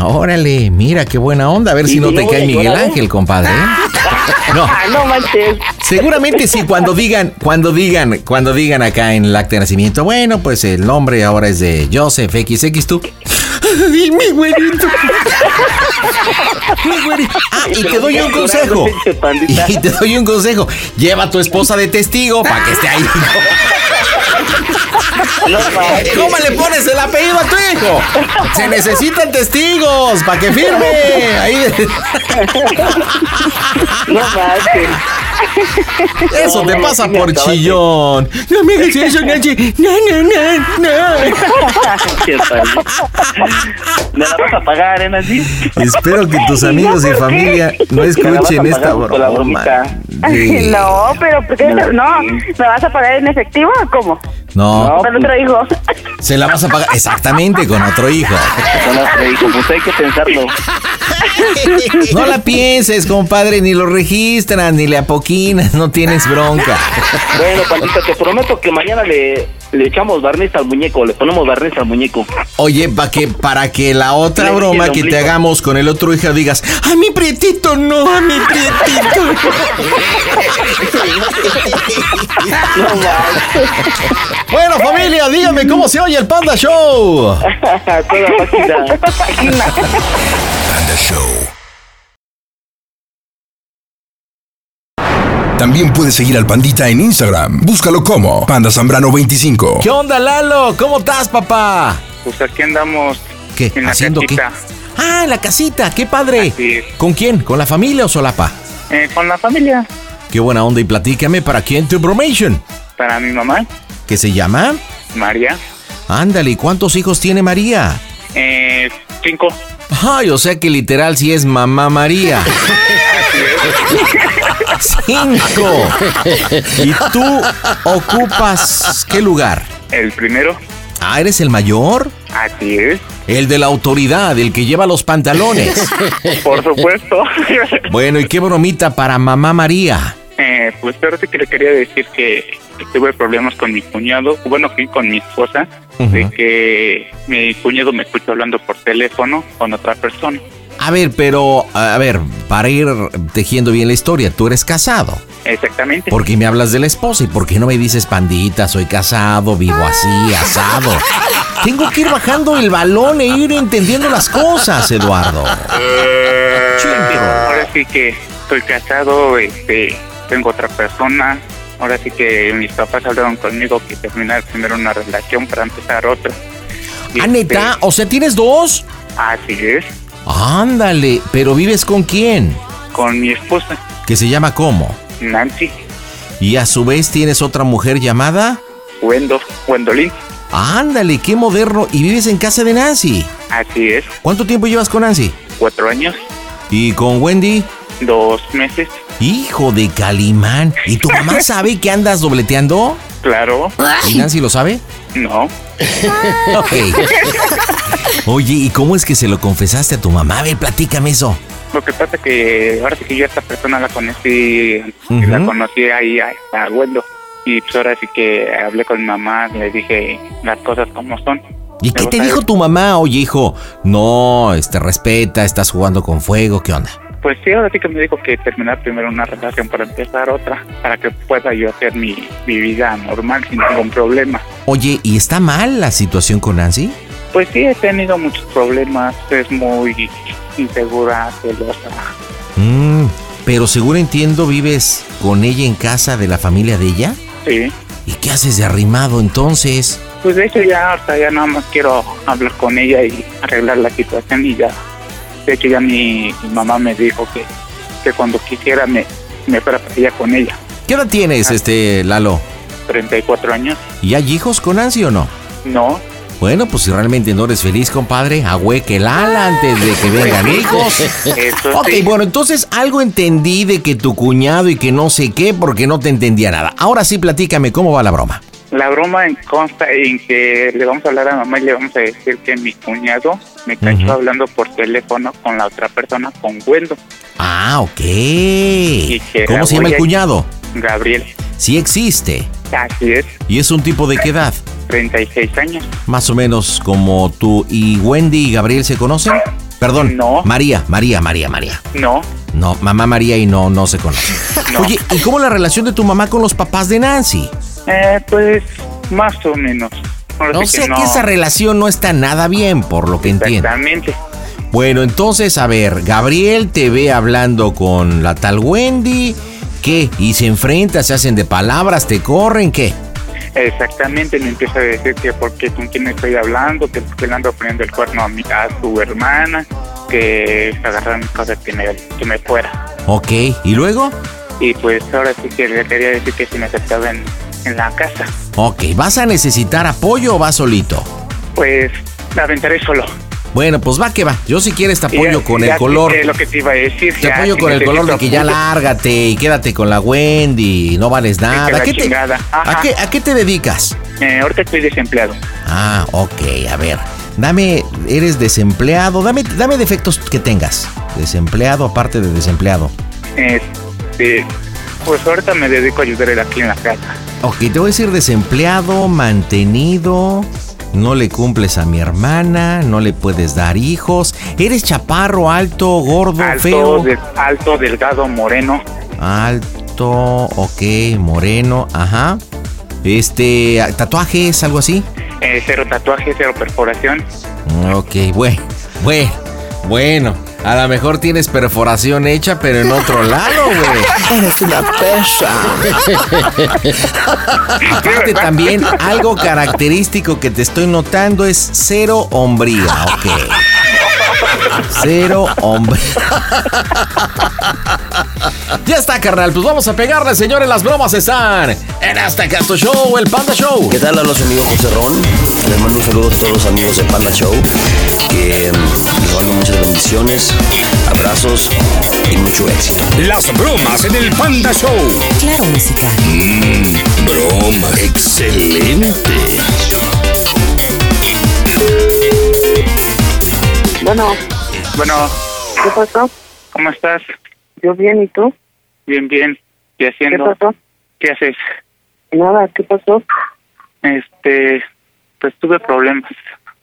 Órale, mira qué buena onda, a ver
Y
si no
si
te
Ah. no
cae
voy a
Miguel
llorar, ¿eh?
Ángel, compadre. ¿eh? No,
Ah, no manches.
Seguramente sí, cuando digan, cuando digan, cuando digan acá en el acta de nacimiento, bueno, pues el nombre ahora es de Joseph XX, tú. Ay, mi güerito. Mi güerito. Ah, y te doy un consejo. Y te doy un consejo. Lleva a tu esposa de testigo para que esté ahí.
No manches.
¿Cómo le pones el apellido a tu hijo? Se necesitan testigos para que firme. Ahí
No manches.
Eso te
No,
pasa
no, no,
por
acabaste.
chillón. No me hagas eso, Nancy. No, no, no, no.
Qué padre. Me la vas a pagar, ¿eh, Nancy?
Espero que tus amigos y familia no escuchen
Me la vas a
esta
pagar con la
broma.
bromita.
Sí.
No, pero ¿por qué? No, ¿me vas a pagar en efectivo o cómo?
No,
Con otro hijo.
se la vas a pagar exactamente con otro hijo.
No, no, te digo, pues hay que pensarlo.
No la pienses, compadre, ni lo registran, ni le apoquinas, no tienes bronca.
Bueno, pandita, te prometo que mañana le, le echamos barniz al muñeco, le ponemos barniz al muñeco.
Oye, para que, para que la otra
Le-
broma
el
que te
ombligo.
hagamos con el otro hijo digas, a mi prietito no, a mi prietito.
No manches.
Bueno, familia, dígame cómo se oye el Panda Show.
Toda máquina.
Panda Show.
También puedes seguir al Pandita en Instagram. Búscalo como Panda Zambrano 25.
¿Qué onda, Lalo? ¿Cómo estás, papá?
Pues aquí andamos.
¿Qué?
En la
¿Haciendo qué?
casita.
Ah, en la casita, qué padre.
Así es.
¿Con quién? ¿Con la familia o solapa?
eh, con la familia.
Qué buena onda y platícame para quién tu bromation.
Para mi mamá,
¿Qué se llama?
María.
Ándale, ¿y ¿cuántos hijos tiene María?
Eh, cinco.
Ay, o sea que literal sí es mamá María. Cinco. ¿Y tú ocupas qué lugar?
El primero.
Ah, ¿eres el mayor?
Así es.
El de la autoridad, el que lleva los pantalones.
Por supuesto.
Bueno, ¿y qué bromita para mamá María?
eh, pues fíjate que le quería decir que Eh, tuve problemas con mi cuñado. Bueno, que con mi esposa. De
Ujú.
que mi cuñado me escucha hablando por teléfono con otra persona.
A ver, pero, a ver, para ir tejiendo bien la historia, tú eres casado.
Exactamente.
¿Por qué me hablas de la esposa? ¿Y por qué no me dices pandita? Soy casado, vivo así, asado. Tengo que ir bajando el balón e ir entendiendo las cosas, Eduardo.
Eh,
Chingro.
Ahora sí que estoy casado, este, tengo otra persona. Ahora sí que mis papás hablaron conmigo que terminar primero una relación para empezar otra. Y
Ah, neta,
este,
o sea, ¿tienes dos?
Así es,
Ándale, pero ¿vives con quién?
con mi esposa,
Que se llama cómo.
Nancy
Y a su vez tienes otra mujer llamada.
Wendo, Wendolín.
Ándale, qué moderno. Y vives en casa de Nancy.
Así es,
¿Cuánto tiempo llevas con Nancy?
cuatro años,
¿Y con Wendy?
dos meses.
Hijo de Calimán. ¿Y tu mamá sabe que andas dobleteando?
Claro.
¿Y Nancy lo sabe?
No.
Ok. Oye, ¿y cómo es que se lo confesaste a tu mamá? A ver, platícame eso.
Lo que pasa que ahora sí que yo a esta persona la conocí, la
Ujú.
conocí ahí a, a Wendo. Y pues ahora sí que hablé con mi mamá, le dije las cosas como son.
¿Y qué
Me
te
gusta-
dijo tu mamá? Oye, hijo, no, este, respeta, estás jugando con fuego, ¿qué onda?
Pues sí, ahora sí que me dijo que terminar primero una relación para empezar otra, para que pueda yo hacer mi, mi vida normal sin ningún problema.
Oye, ¿y está mal la situación con Nancy?
Pues sí, he tenido muchos problemas, es muy insegura, celosa.
Mm, pero según entiendo, vives con ella en casa de la familia de ella.
Sí,
¿Y qué haces de arrimado entonces?
pues de hecho ya ahorita ya nada más quiero hablar con ella y arreglar la situación y ya. De hecho ya mi, mi mamá me dijo que, que cuando quisiera me, me fuera para allá con ella. Ah.
¿Qué edad tienes, este, Lalo?
34 años,
¿Y hay hijos con Nancy o no?
no,
Bueno, pues si realmente no eres feliz, compadre, ahuéquela antes de que vengan hijos.
Eso
ok,
sí.
bueno, entonces algo entendí de que tu cuñado y que no sé qué, porque no te entendía nada. Ahora sí, platícame, ¿cómo va la broma?
La broma en- consta en que le vamos a hablar a mamá y le vamos a decir que mi cuñado me cachó
Ujú.
hablando por teléfono con la otra persona, con Wendo,
Ah, ok.
que la
¿Cómo se llama
voy
el
a-
cuñado?
Gabriel.
Sí existe.
Así es,
¿Y es un tipo de qué edad?
36 años.
Más o menos como tú y Wendy y Gabriel se conocen. Perdón.
No.
María, María, María, María.
No,
No, mamá María y no, no se conocen.
no.
Oye, ¿y cómo la relación de tu mamá con los papás de Nancy?
Eh, pues más o menos. Ahora
No
sí
sé que esa relación no está nada bien, por lo que entiendo.
Exactamente.
Bueno, entonces, a ver, Gabriel te ve hablando con la tal Wendy. ¿Qué? ¿Y se enfrentan, se hacen de palabras, te corren? ¿Qué?
Exactamente, me empieza a decir que porque con quién estoy hablando, que por qué le ando poniendo el cuerno a, mi, a su hermana, que agarraron mis cosas que me, que me fuera.
Ok, ¿y luego?
y pues ahora sí que le quería decir que si me aceptaba en, en la casa,
Ok, ¿vas a necesitar apoyo o vas solito?
pues la aventaré solo.
Bueno, pues va que va. Yo si quieres te apoyo
Y-
con
ya
el color.
Eh,
Es lo que te iba a decir.
Te
ya,
apoyo
si
con el color de que
necesito
ya
apoyo.
lárgate y quédate con la Wendy, no vales nada.
la
¿A qué, te,
chingada. Ajá.
a qué- a qué te dedicas?
Eh, ahorita estoy desempleado.
Ah, ok, a ver. Dame, eres desempleado, dame, dame defectos que tengas. Desempleado, aparte de desempleado.
Este, pues ahorita me dedico a ayudar aquí en la casa.
Ok, te voy a decir desempleado, mantenido, no le cumples a mi hermana, no le puedes dar hijos, eres chaparro, alto, gordo,
Alto,
feo.
del- alto, delgado, moreno.
Alto, ok, moreno, ajá. Este, tatuajes, algo así.
eh, cero tatuaje, cero perforación.
Ok, bueno, bueno, bueno. A lo mejor tienes perforación hecha, pero en otro lado, güey.
Eres una perra.
Aparte también, algo característico que te estoy notando es cero hombría, ok. Cero hombre. Ya está, carnal. Pues vamos a pegarle, señores. Las bromas están en Hasta Casto Show, el Panda Show.
¿Qué tal a los amigos José Ron? Les mando un saludo a todos los amigos de Panda Show, que mm, les mando muchas bendiciones, abrazos y mucho éxito.
Las bromas en el Panda Show.
Claro, música.
Mmm, broma. Excelente.
Bueno,
Bueno,
¿qué pasó?
¿cómo estás?
Yo bien, ¿y tú?
Bien, bien. ¿Qué
¿Qué
haciendo?
pasó?
¿Qué haces?
Nada, ¿qué pasó?
Este, pues tuve problemas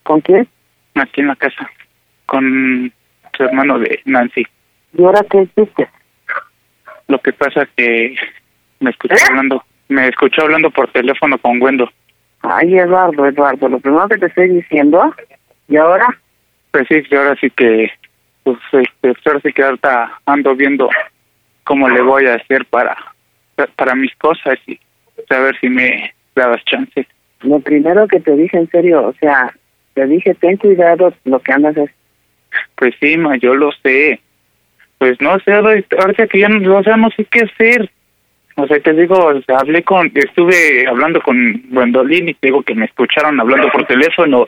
¿Con quién?
aquí en la casa con su hermano de Nancy.
¿Y ahora qué hiciste?
Lo que pasa que me escuchó hablando, me escuchó hablando por teléfono con Wendo.
Ay, Eduardo, Eduardo, lo primero que te estoy diciendo, ¿y ahora?
Pues sí, yo ahora sí que, pues este, pues ahora sí que ahorita ando viendo cómo le voy a hacer para, para mis cosas y saber si me dabas chance.
Lo primero que te dije en serio, o sea, te dije, ten cuidado lo que andas haciendo.
Pues sí, ma, yo lo sé. Pues no sé, ahora- ahorita que ya no, o sea, no sé qué hacer. O sea, te digo, o sea, hablé con, estuve hablando con Wendolin y te digo que me escucharon hablando por teléfono.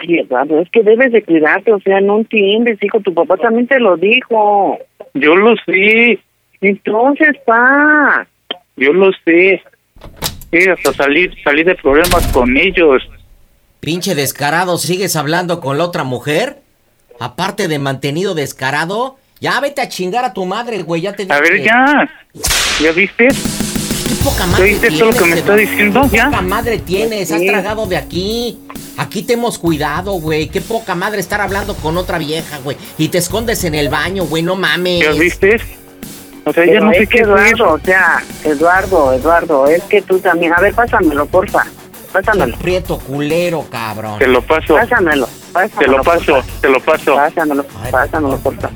Ay, Eduardo, es que debes de cuidarte, o sea, no entiendes, hijo, tu papá también te lo dijo.
Yo lo sé,
Entonces, pa,
yo lo sé. Sí, hasta salir, salir de problemas con ellos.
Pinche descarado, ¿sigues hablando con la otra mujer? Aparte de mantenido descarado, ya vete a chingar a tu madre, güey, ya te dije.
A ver, ya. ¿Ya viste?
Qué poca madre
¿Ya viste todo lo
tienes,
que me está
Eduardo?
diciendo?
Qué
Ya.
poca madre tienes, has
Sí.
tragado de aquí. Aquí te hemos cuidado, güey. Qué poca madre estar hablando con otra vieja, güey. Y te escondes en el baño, güey, no mames.
¿Ya viste? O sea, ya
Pero
no sé
es que
qué hacer.
Eduardo, o sea, Eduardo, Eduardo, es que tú también. A ver, pásamelo, porfa. Pásamelo.
Prieto culero, cabrón.
Te lo paso,
Pásamelo. pásamelo
te lo paso,
porfa.
te lo paso.
Pásamelo, pásamelo, porfa.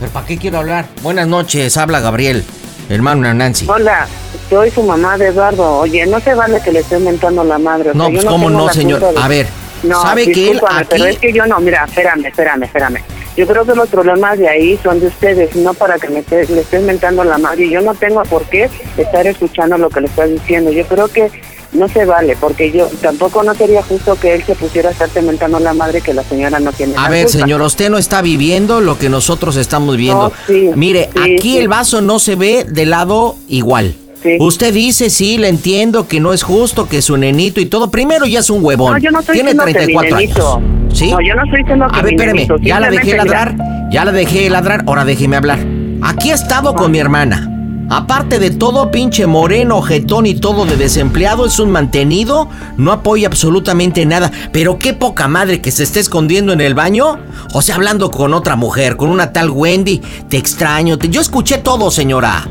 ¿Pero para qué quiero hablar? Buenas noches, habla Gabriel, hermano de Nancy.
Hola, soy su mamá de Eduardo. Oye, no se vale que le esté mentando la madre. o
No,
sea, yo
pues cómo
tengo
no,
la
señor.
culpa de-
A ver,
No,
¿sabe que él
discúlpame, pero
aquí-
es que yo no, mira, espérame, espérame, espérame. Yo creo que los problemas de ahí son de ustedes, no para que me esté- le estés mentando la madre. Yo no tengo por qué estar escuchando lo que le estás diciendo. Yo creo que no se vale, porque yo tampoco no sería justo que él se pusiera a estarte mentando la madre que la señora no tiene.
A
la
ver,
culpa.
señor, usted no está viviendo lo que nosotros estamos viviendo.
No, sí,
Mire,
sí,
aquí
sí.
el vaso no se ve de lado igual.
Sí.
Usted dice, sí, le entiendo que no es justo, que su nenito y todo. Primero ya es un huevón.
No, yo no estoy
Tiene
diciendo que mi
34
nenito.
años. ¿Sí?
No, yo no estoy diciendo que
A ver,
mi
espéreme,
nenito,
ya la dejé
simplemente, mira.
ladrar, ya la dejé ladrar, ahora déjeme hablar. Aquí he estado con mi hermana. Aparte de todo, pinche moreno, jetón y todo de desempleado, es un mantenido, no apoya absolutamente nada. Pero qué poca madre que se esté escondiendo en el baño, o sea, hablando con otra mujer, con una tal Wendy, te extraño, te... yo escuché todo, señora.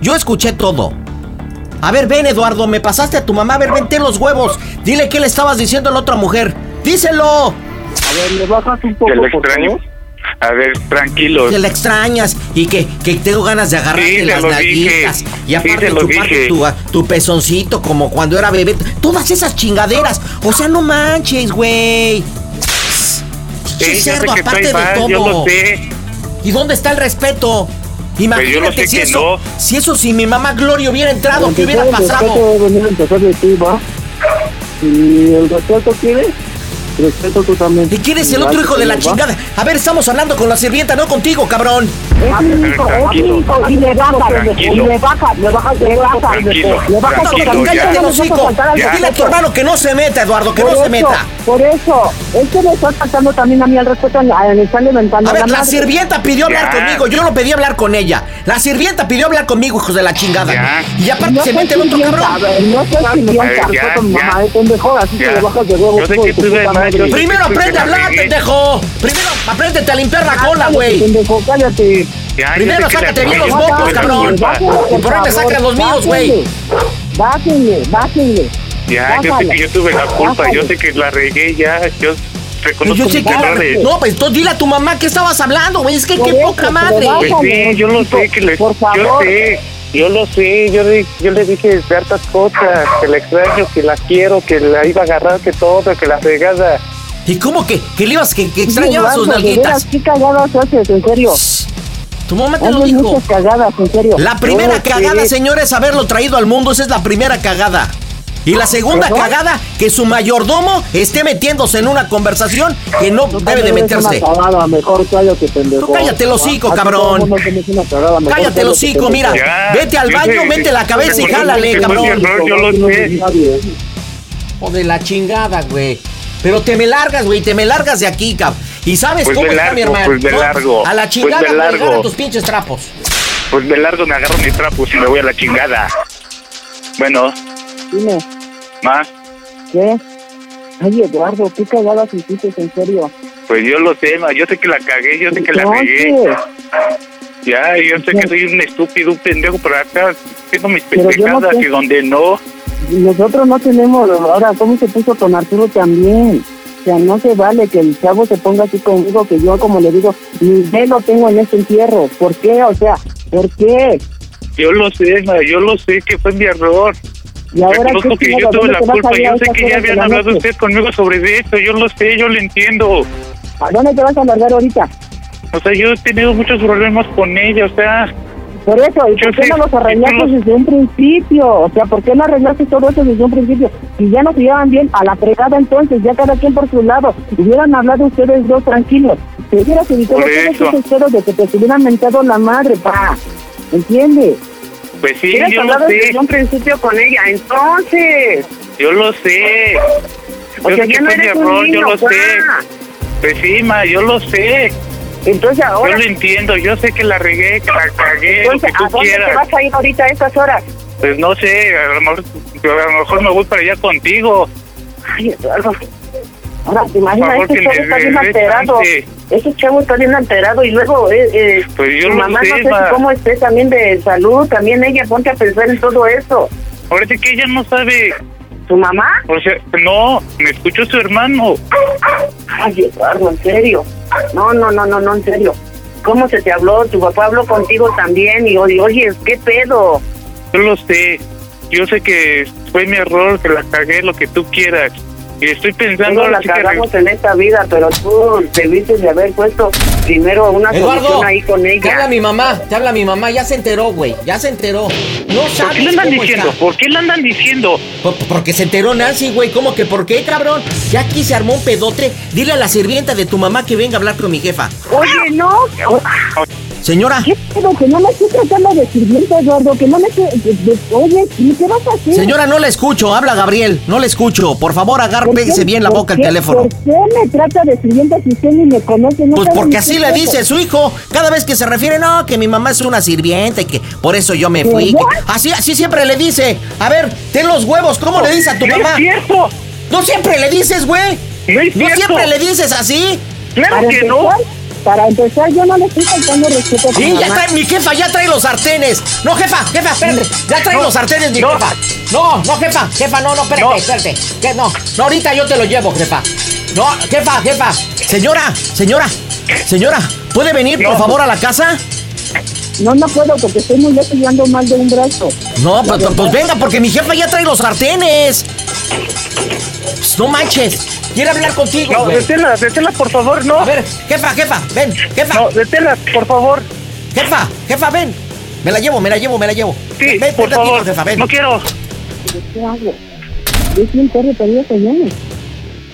Yo escuché todo. A ver, ven, Eduardo, me pasaste a tu mamá, a ver, vente los huevos. Dile qué le estabas diciendo a la otra mujer. Díselo.
A ver, Eh, ¿me bajas un
Te
poco,
lo
por
extraño.
favor?
A ver, tranquilos.
Que la extrañas y que, que tengo ganas de agarrarte
Pues, Sí, se
las
lo
nalguitas
dije.
y
Sí,
aparte
se lo
chuparte
dije.
tu, tu pezoncito como cuando era bebé. Todas esas chingaderas. O sea, no manches, güey. Pinche
Sí, ya sé
cerdo,
que
aparte
estoy
de
mal, yo
todo.
lo sé. Pues,
¿Y dónde está el respeto?
yo no
Imagínate
sé
si
que
eso,
no.
si eso, si mi mamá Gloria hubiera entrado, ¿qué hubiera
Empezar el
pasado?
respeto debe venir a empezar de ti, ¿va? Y el respeto quieres, respeto tú también.
¿Y quién es el
Y
otro
vas
hijo de la
conmigo, ¿va?
chingada? A ver, estamos hablando con la sirvienta, no contigo, cabrón.
Es mi hijo, es mi hijo, y le bajas, y
Tranquilo.
le bajas, le bajas, le bajas,
Tranquilo,
le bajas,
tranquilo,
porque
ya.
Cállate
no
el
nos vas a
hocico.
faltar al
Ya.
Dile a tu
respeto.
hermano que no se meta, Eduardo, que no se meta.
por eso, es que me está faltando también a mí al respeto, a- le están levantando
A ver, la
madre.
sirvienta pidió hablar
Ya.
conmigo, yo no pedí hablar con ella. La sirvienta pidió hablar conmigo, hijos de la chingada.
Ya.
Y aparte
No
se
soy
mete el otro
sirvienta,
cabrón.
a ver, No soy sirvienta,
A ver, ya,
respeto a mi
ya.
pues, mamá, es pendejo, así que
Ya.
le bajas de huevo.
Yo sé
hijo
que
de tu
tú
puta
eres
madre.
macho, yo sé
Primero
que
aprende a
la
hablar,
regué.
pendejo. Primero apréndete a limpiar la cola, güey.
Pendejo, cállate.
Ya,
Primero
yo sé que la
sácate bien los
regué,
mocos,
fue la
cabrón.
culpa.
Y por ahí me sacas los míos, güey.
Bájenle, bájenle.
Ya, yo sé que yo tuve la culpa, yo sé que la regué, ya, yo reconozco
Yo sé
mis
que la-
errores.
No, pues entonces dile a tu mamá que estabas hablando, güey. Es que qué poca madre.
Pues sí, yo lo sé que les,
Por
yo
favor.
sé, yo lo sé, yo le, yo le dije ciertas cosas, que la extraño, que la quiero, que la iba a agarrar, que todo, que la regada.
¿Y cómo que, que le ibas, que, que extrañaba sus nalguitas?
¿Qué cagadas haces, en serio?
Tu mamá te lo
Haces
dijo.
muchas cagadas, en serio.
La primera
No,
cagada,
sí.
señor, es haberlo traído al mundo. Esa es la primera cagada. Y la segunda
¿Perdón?
cagada, que su mayordomo esté metiéndose en una conversación que no debe de meterse.
Una cagada, mejor cállate, pendejo.
Tú cállate el hocico,
Aquí
cabrón.
todo el mundo tienes una cagada, mejor
Cállate el
cállate,
hocico,
pendejo.
mira.
Ya,
Vete al
yo
baño,
sé,
mete la cabeza y
reconozco
jálale,
que fue mi
cabrón.
error, yo lo sé.
Nadie, ¿eh?
Hijo de la chingada, güey. Pero te me largas, güey, te me largas de aquí, cabrón. ¿Y sabes
Pues
cómo
me
está mi
largo,
hermano?
pues me
¿no?
largo,
A la
pues
chingada,
me
güey,
largo.
agarra tus pinches trapos.
Pues me largo, me agarro mis trapos y me voy a la chingada. Bueno,
Dime,
más,
¿qué? Ay, Eduardo, qué cagadas hiciste, en serio.
pues yo lo sé, ma, yo sé que la cagué, yo sé que la regué.
Entonces,
Ya, yo sé que soy un estúpido, un pendejo, pero acá tengo mis
Pero yo no
pendejadas
sé.
que donde no.
Nosotros no tenemos, ahora, ¿cómo se puso con Arturo también? O sea, no se vale que el chavo se ponga así conmigo, que yo, como le digo, ni velo tengo en este entierro. ¿Por qué? O sea, ¿por qué?
Yo lo sé, ma, yo lo sé que fue mi error.
Y ahora,
Reconozco que yo
chingado?
tuve
¿Dónde
la
te vas a
culpa.
ir a
Yo sé
estas
que ya
horas de
habían
la
hablado
noche?
ustedes conmigo sobre de esto. Yo lo sé, yo lo entiendo.
¿A dónde te vas a largar ahorita?
O sea, yo he tenido muchos problemas con ella. O sea,
Por eso, ¿y
Yo
por qué
sé,
no los
yo
arreglaste
no-
desde un principio? O sea, ¿por qué no arreglaste todo eso desde un principio? Si ya no se llevan bien, a la fregada entonces, ya cada quien por su lado. Hubieran hablado ustedes dos tranquilos. Te hubieras evitado
Por
todos
eso.
esos ceros de que te hubieran mentado la madre, pa. ¿Entiendes?
Pues sí,
Hubieras
yo lo
hablado
sé,
desde un principio con ella, entonces.
yo lo sé.
O
Yo
sea,
sé
ya
que
no
fue mi
eres un
error,
niño,
yo
guau.
lo sé. Pues sí, ma, yo lo sé.
Entonces
Yo
ahora,
lo entiendo, yo sé que la regué, que la cagué, lo que
entonces, ¿a
tú
dónde te
quieras.
vas a ir ahorita a estas horas?
Pues no sé, a lo mejor, a lo mejor me voy para allá contigo.
Ay, Eduardo. Ahora, ¿te imaginas?
favor,
este
que
chavo
me
está bien
dé
alterado.
chance.
Ese chavo está bien alterado y luego eh, eh,
Pues yo
tu
lo
mamá
sé,
no sé
ma.
si cómo esté también de salud, también ella, ponte a pensar en todo eso.
Ahorita que ella no sabe,
¿Tu mamá?
o sea, no, me escuchó su hermano.
Ay, Eduardo, en serio. No, no, no, no, no, en serio. ¿Cómo se te habló? Tu papá habló contigo también y oye, oye, ¿qué pedo?
Yo lo sé, yo sé que fue mi error, que la cagué, lo que tú quieras. Y estoy pensando
Todos
ahora
la
sí que...
cagamos en esta vida, pero tú debiste de haber puesto primero una
Eduardo,
solución ahí con
te habla
ella.
mi mamá, te habla mi mamá, ya se enteró, güey, ya se enteró. No
¿Por
sabes
qué le andan
cómo
diciendo?
está.
¿Por qué le andan diciendo?
Po- Porque se enteró Nancy, güey, ¿cómo que por qué, cabrón? Ya aquí se armó un pedote, dile a la sirvienta de tu mamá que venga a hablar con mi jefa.
Oye, no.
Señora,
¿Qué pedo? Que no me estoy tratando de sirvienta, Eduardo. Que no me estoy... Oye, ¿qué vas a hacer?
señora, no la escucho, habla Gabriel, no la escucho. Por favor, agarre, pégase bien la boca al teléfono.
qué me trata de sirvienta si usted ni me conoce?
Pues porque así le dice su hijo. Cada vez que se refiere, no, que mi mamá es una sirvienta y que por eso yo me fui. que- Así, así siempre le dice. A ver, ten los huevos, ¿cómo le dice a tu
¡No
mamá?
es cierto!
No siempre le dices, güey.
¡No es
No
cierto!
siempre le dices así.
¡Claro que no!
Para empezar, yo no le estoy faltando respeto a
Sí, ya trae, mi jefa ya trae los sartenes. No, jefa, jefa, espérate. Ya trae
No,
los sartenes, mi
no.
jefa. No, no, jefa, jefa, no, no, espérate,
No.
espérate. Que no, no, ahorita yo te lo llevo, jefa. No, jefa, jefa. Señora, señora, señora, ¿puede venir por
No.
favor a la casa?
No, no puedo porque estoy muy lejos y ando mal de un brazo.
No, pues, pues- pues venga, porque mi jefa ya trae los sartenes. Pues, no manches, quiere hablar contigo.
No,
güey.
deténlas, deténlas, por favor, no.
A ver, jefa, jefa, ven, jefa,
No, deténlas, por favor.
jefa, jefa, ven. Me la llevo, me la llevo, me la llevo.
Sí,
ven, ven,
por
ven tantito,
favor.
jefa, ven.
No quiero.
¿Qué hago? Es un perro perdido que viene.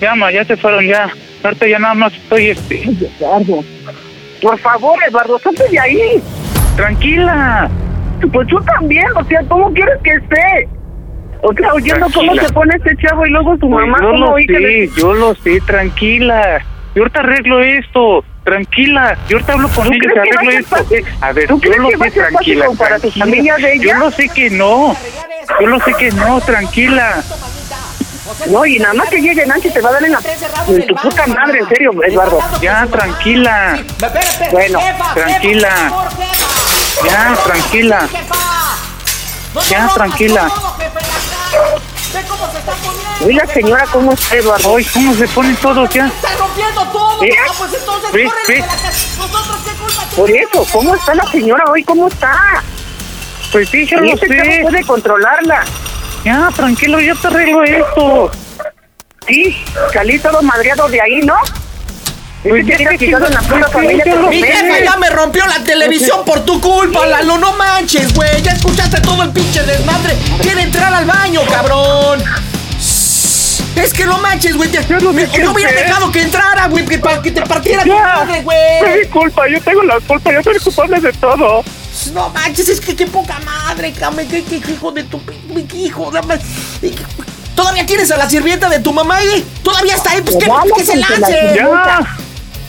Llama, ya se fueron, ya. Ahorita ya nada más estoy, este...
Eduardo. Por favor, Eduardo, salte de ahí.
¡Tranquila!
Pues tú también, o sea, ¿cómo quieres que esté? O sea, oyendo cómo
Tranquila.
se pone este chavo y luego su mamá,
Pues yo
¿cómo
lo
oí que le-
sé, yo lo sé, tranquila. Yo ahorita arreglo esto, tranquila. Yo ahorita hablo con
¿Tú
ellos,
crees que
arreglo
va a ser
esto. Eh,
fácil?
A ver,
¿Tú
yo
crees
lo
que va a
sé,
ser fácil
tranquila.
como para tu
tranquila.
familia de ella?
Yo lo sé que no. Yo lo sé que no, tranquila.
No, y nada más que llegue Nancy te va a dar en la... En tu puta madre, en serio, Eduardo.
Ya, tranquila.
Bueno,
tranquila. Ya, tranquila. Ya, tranquila.
Oiga, señora, ¿cómo está, Eduardo?
Ay, ¿cómo se ponen todos ya?
Mira,
Ve, ve,
¿Eh? Por eso, ¿cómo está la señora hoy? ¿Cómo está?
Pues sí, ya
Y
lo
este chavo
sé.
puede controlarla.
Ya, tranquilo, Pues yo te arreglo esto.
Sí, salí todo madreado de ahí, ¿no?
Pues
Este
ya
te
que
quitado en la puta
sí,
familia
yo
te
lo
lo
Mi
sé.
merece.
jefa ya me rompió la televisión por tu culpa, Lalo. No manches, güey. Ya escuchaste todo el pinche desmadre. Quiere entrar al baño, cabrón. Es que no manches, güey. Te-
Yo no sé qué
No hubiera
hacer.
dejado que entrara, güey. Que, pa- que te partiera tu
Ya.
madre, güey.
Es mi culpa, yo tengo la culpa, yo soy el culpable de todo.
No manches, es que qué poca madre, cabrón. Qué, qué- qué hijo de tu pin- qué hijo. de la- Todavía tienes a la sirvienta de tu mamá, güey. Todavía está ahí. Pues que,
Igual,
que se
la
lance.
Ya,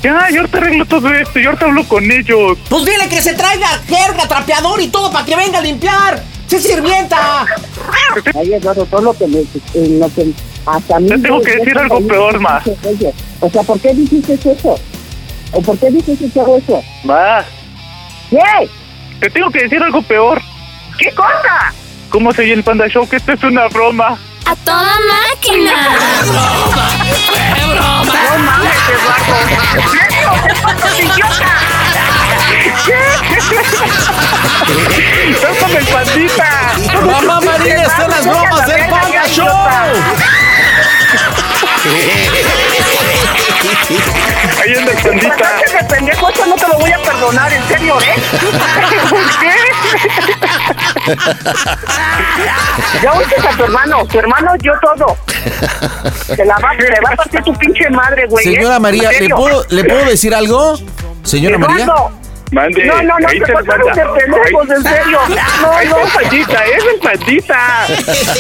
ya, yo te arreglo todo esto, yo te hablo con ellos.
Pues dile que se traiga jerga, trapeador y todo para que venga a limpiar. ¡Sí, sirvienta!
Ay, Eduardo, todo lo que me... en lo que hasta a mí
Te tengo
me-
que
me-
decir algo
me-
peor, ma.
Oye, O sea, ¿por qué dijiste eso? ¿O por qué dijiste que hago eso?
Va,
¿Qué?
te tengo que decir algo peor.
¿Qué cosa?
¿Cómo se oye el Panda Show? Que esto es una broma.
A toda máquina.
No mames, Eduardo. ¡Eso! ¡Te pasas, idiota!
¡Tócame el pandita!
Mamá Marina, están las bromas del Panda Show.
Ahí anda el pandita.
Pasaste de pendejo, eso no te lo voy a perdonar, en serio, ¿eh? ¿Por qué? Ya oíste a tu hermano, tu hermano yo todo. Te la va, te va a partir tu pinche madre, güey. ¿eh?
Señora María,
En
¿le
serio.
puedo, ¿le puedo decir algo? Señora María.
Eduardo,
Mande.
No, no, no,
ahí
se
te lo
pasaron
manda.
de pendejos,
Ahí-
en serio. No,
Ahí
no.
está el pandita, es el pandita.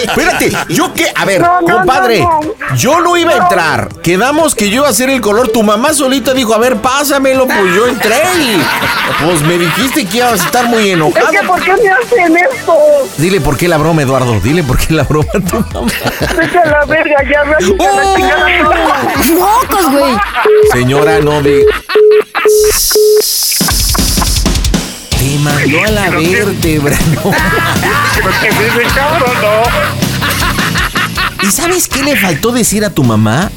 Espérate, yo que. A ver,
No, no,
compadre,
no,
yo no iba a entrar. Quedamos que yo iba a hacer el color. Tu mamá solita dijo, a ver, pásamelo. Pues yo entré y. Pues me dijiste que ibas a estar muy
Es
enojado.
que, pues, ¿por qué me hacen esto?
Dile por qué la broma, Eduardo. Dile por qué la broma a tu mamá.
Vete a la verga, ya, vete a
¡Oh!
la chingada.
¡Mocos, güey!
Señora, no de. Te mandó a la vértebra, no. ¿Y sabes qué le faltó decir a tu mamá?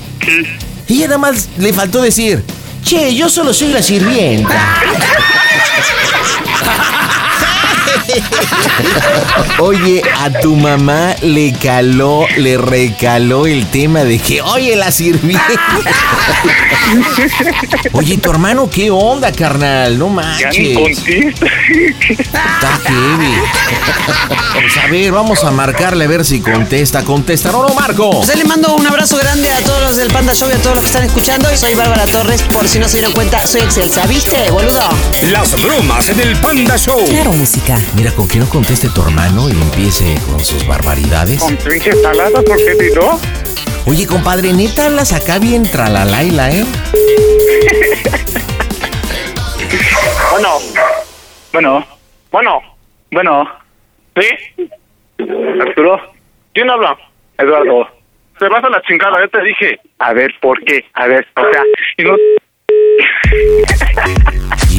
Ella nada más le faltó decir, che, yo solo soy la sirvienta. Oye, a tu mamá le caló, le recaló el tema de que, oye, la sirvienta. Oye, tu hermano, ¿qué onda, carnal? No
Ya
manches.
ni contesta.
Está heavy. Pues a ver, vamos a marcarle a ver si contesta. Contesta. No, no, Marco.
Pues ahí le mando un abrazo grande a todos los del Panda Show y a todos los que están escuchando. Soy Bárbara Torres, por si no se dieron cuenta, soy Excel. ¿Sabiste, boludo?
Las bromas en el Panda Show.
música. Mira, con que no conteste tu hermano y empiece con sus barbaridades.
Con pinches saladas, porque si no.
Oye, compadre, neta hablas acá bien tralalaila, ¿eh?
Bueno. Bueno. Bueno. Bueno. ¿Sí? Arturo. ¿Quién habla? Eduardo. Te vas a la chingada, ya te dije. A ver, ¿por qué? A ver, o sea, y no...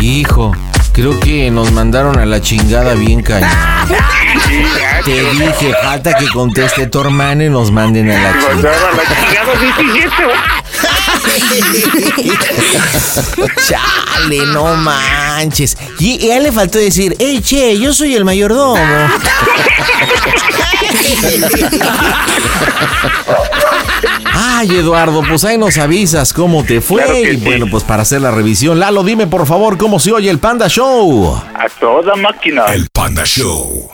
Hijo, creo que nos mandaron a la chingada bien caña. Te dije, falta que conteste tu hermano y nos manden a la
Nos
chingada.
mandaron a Pues, la chingada, dijiste.
Chale, no manches. Y y a él le faltó decir, hey, che, yo soy el mayordomo. Ay, Eduardo, pues ahí nos avisas cómo te fue.
Claro que
y
sí.
bueno, pues para hacer la revisión, Lalo, dime por favor cómo se oye el Panda Show.
A toda máquina.
El Panda Show.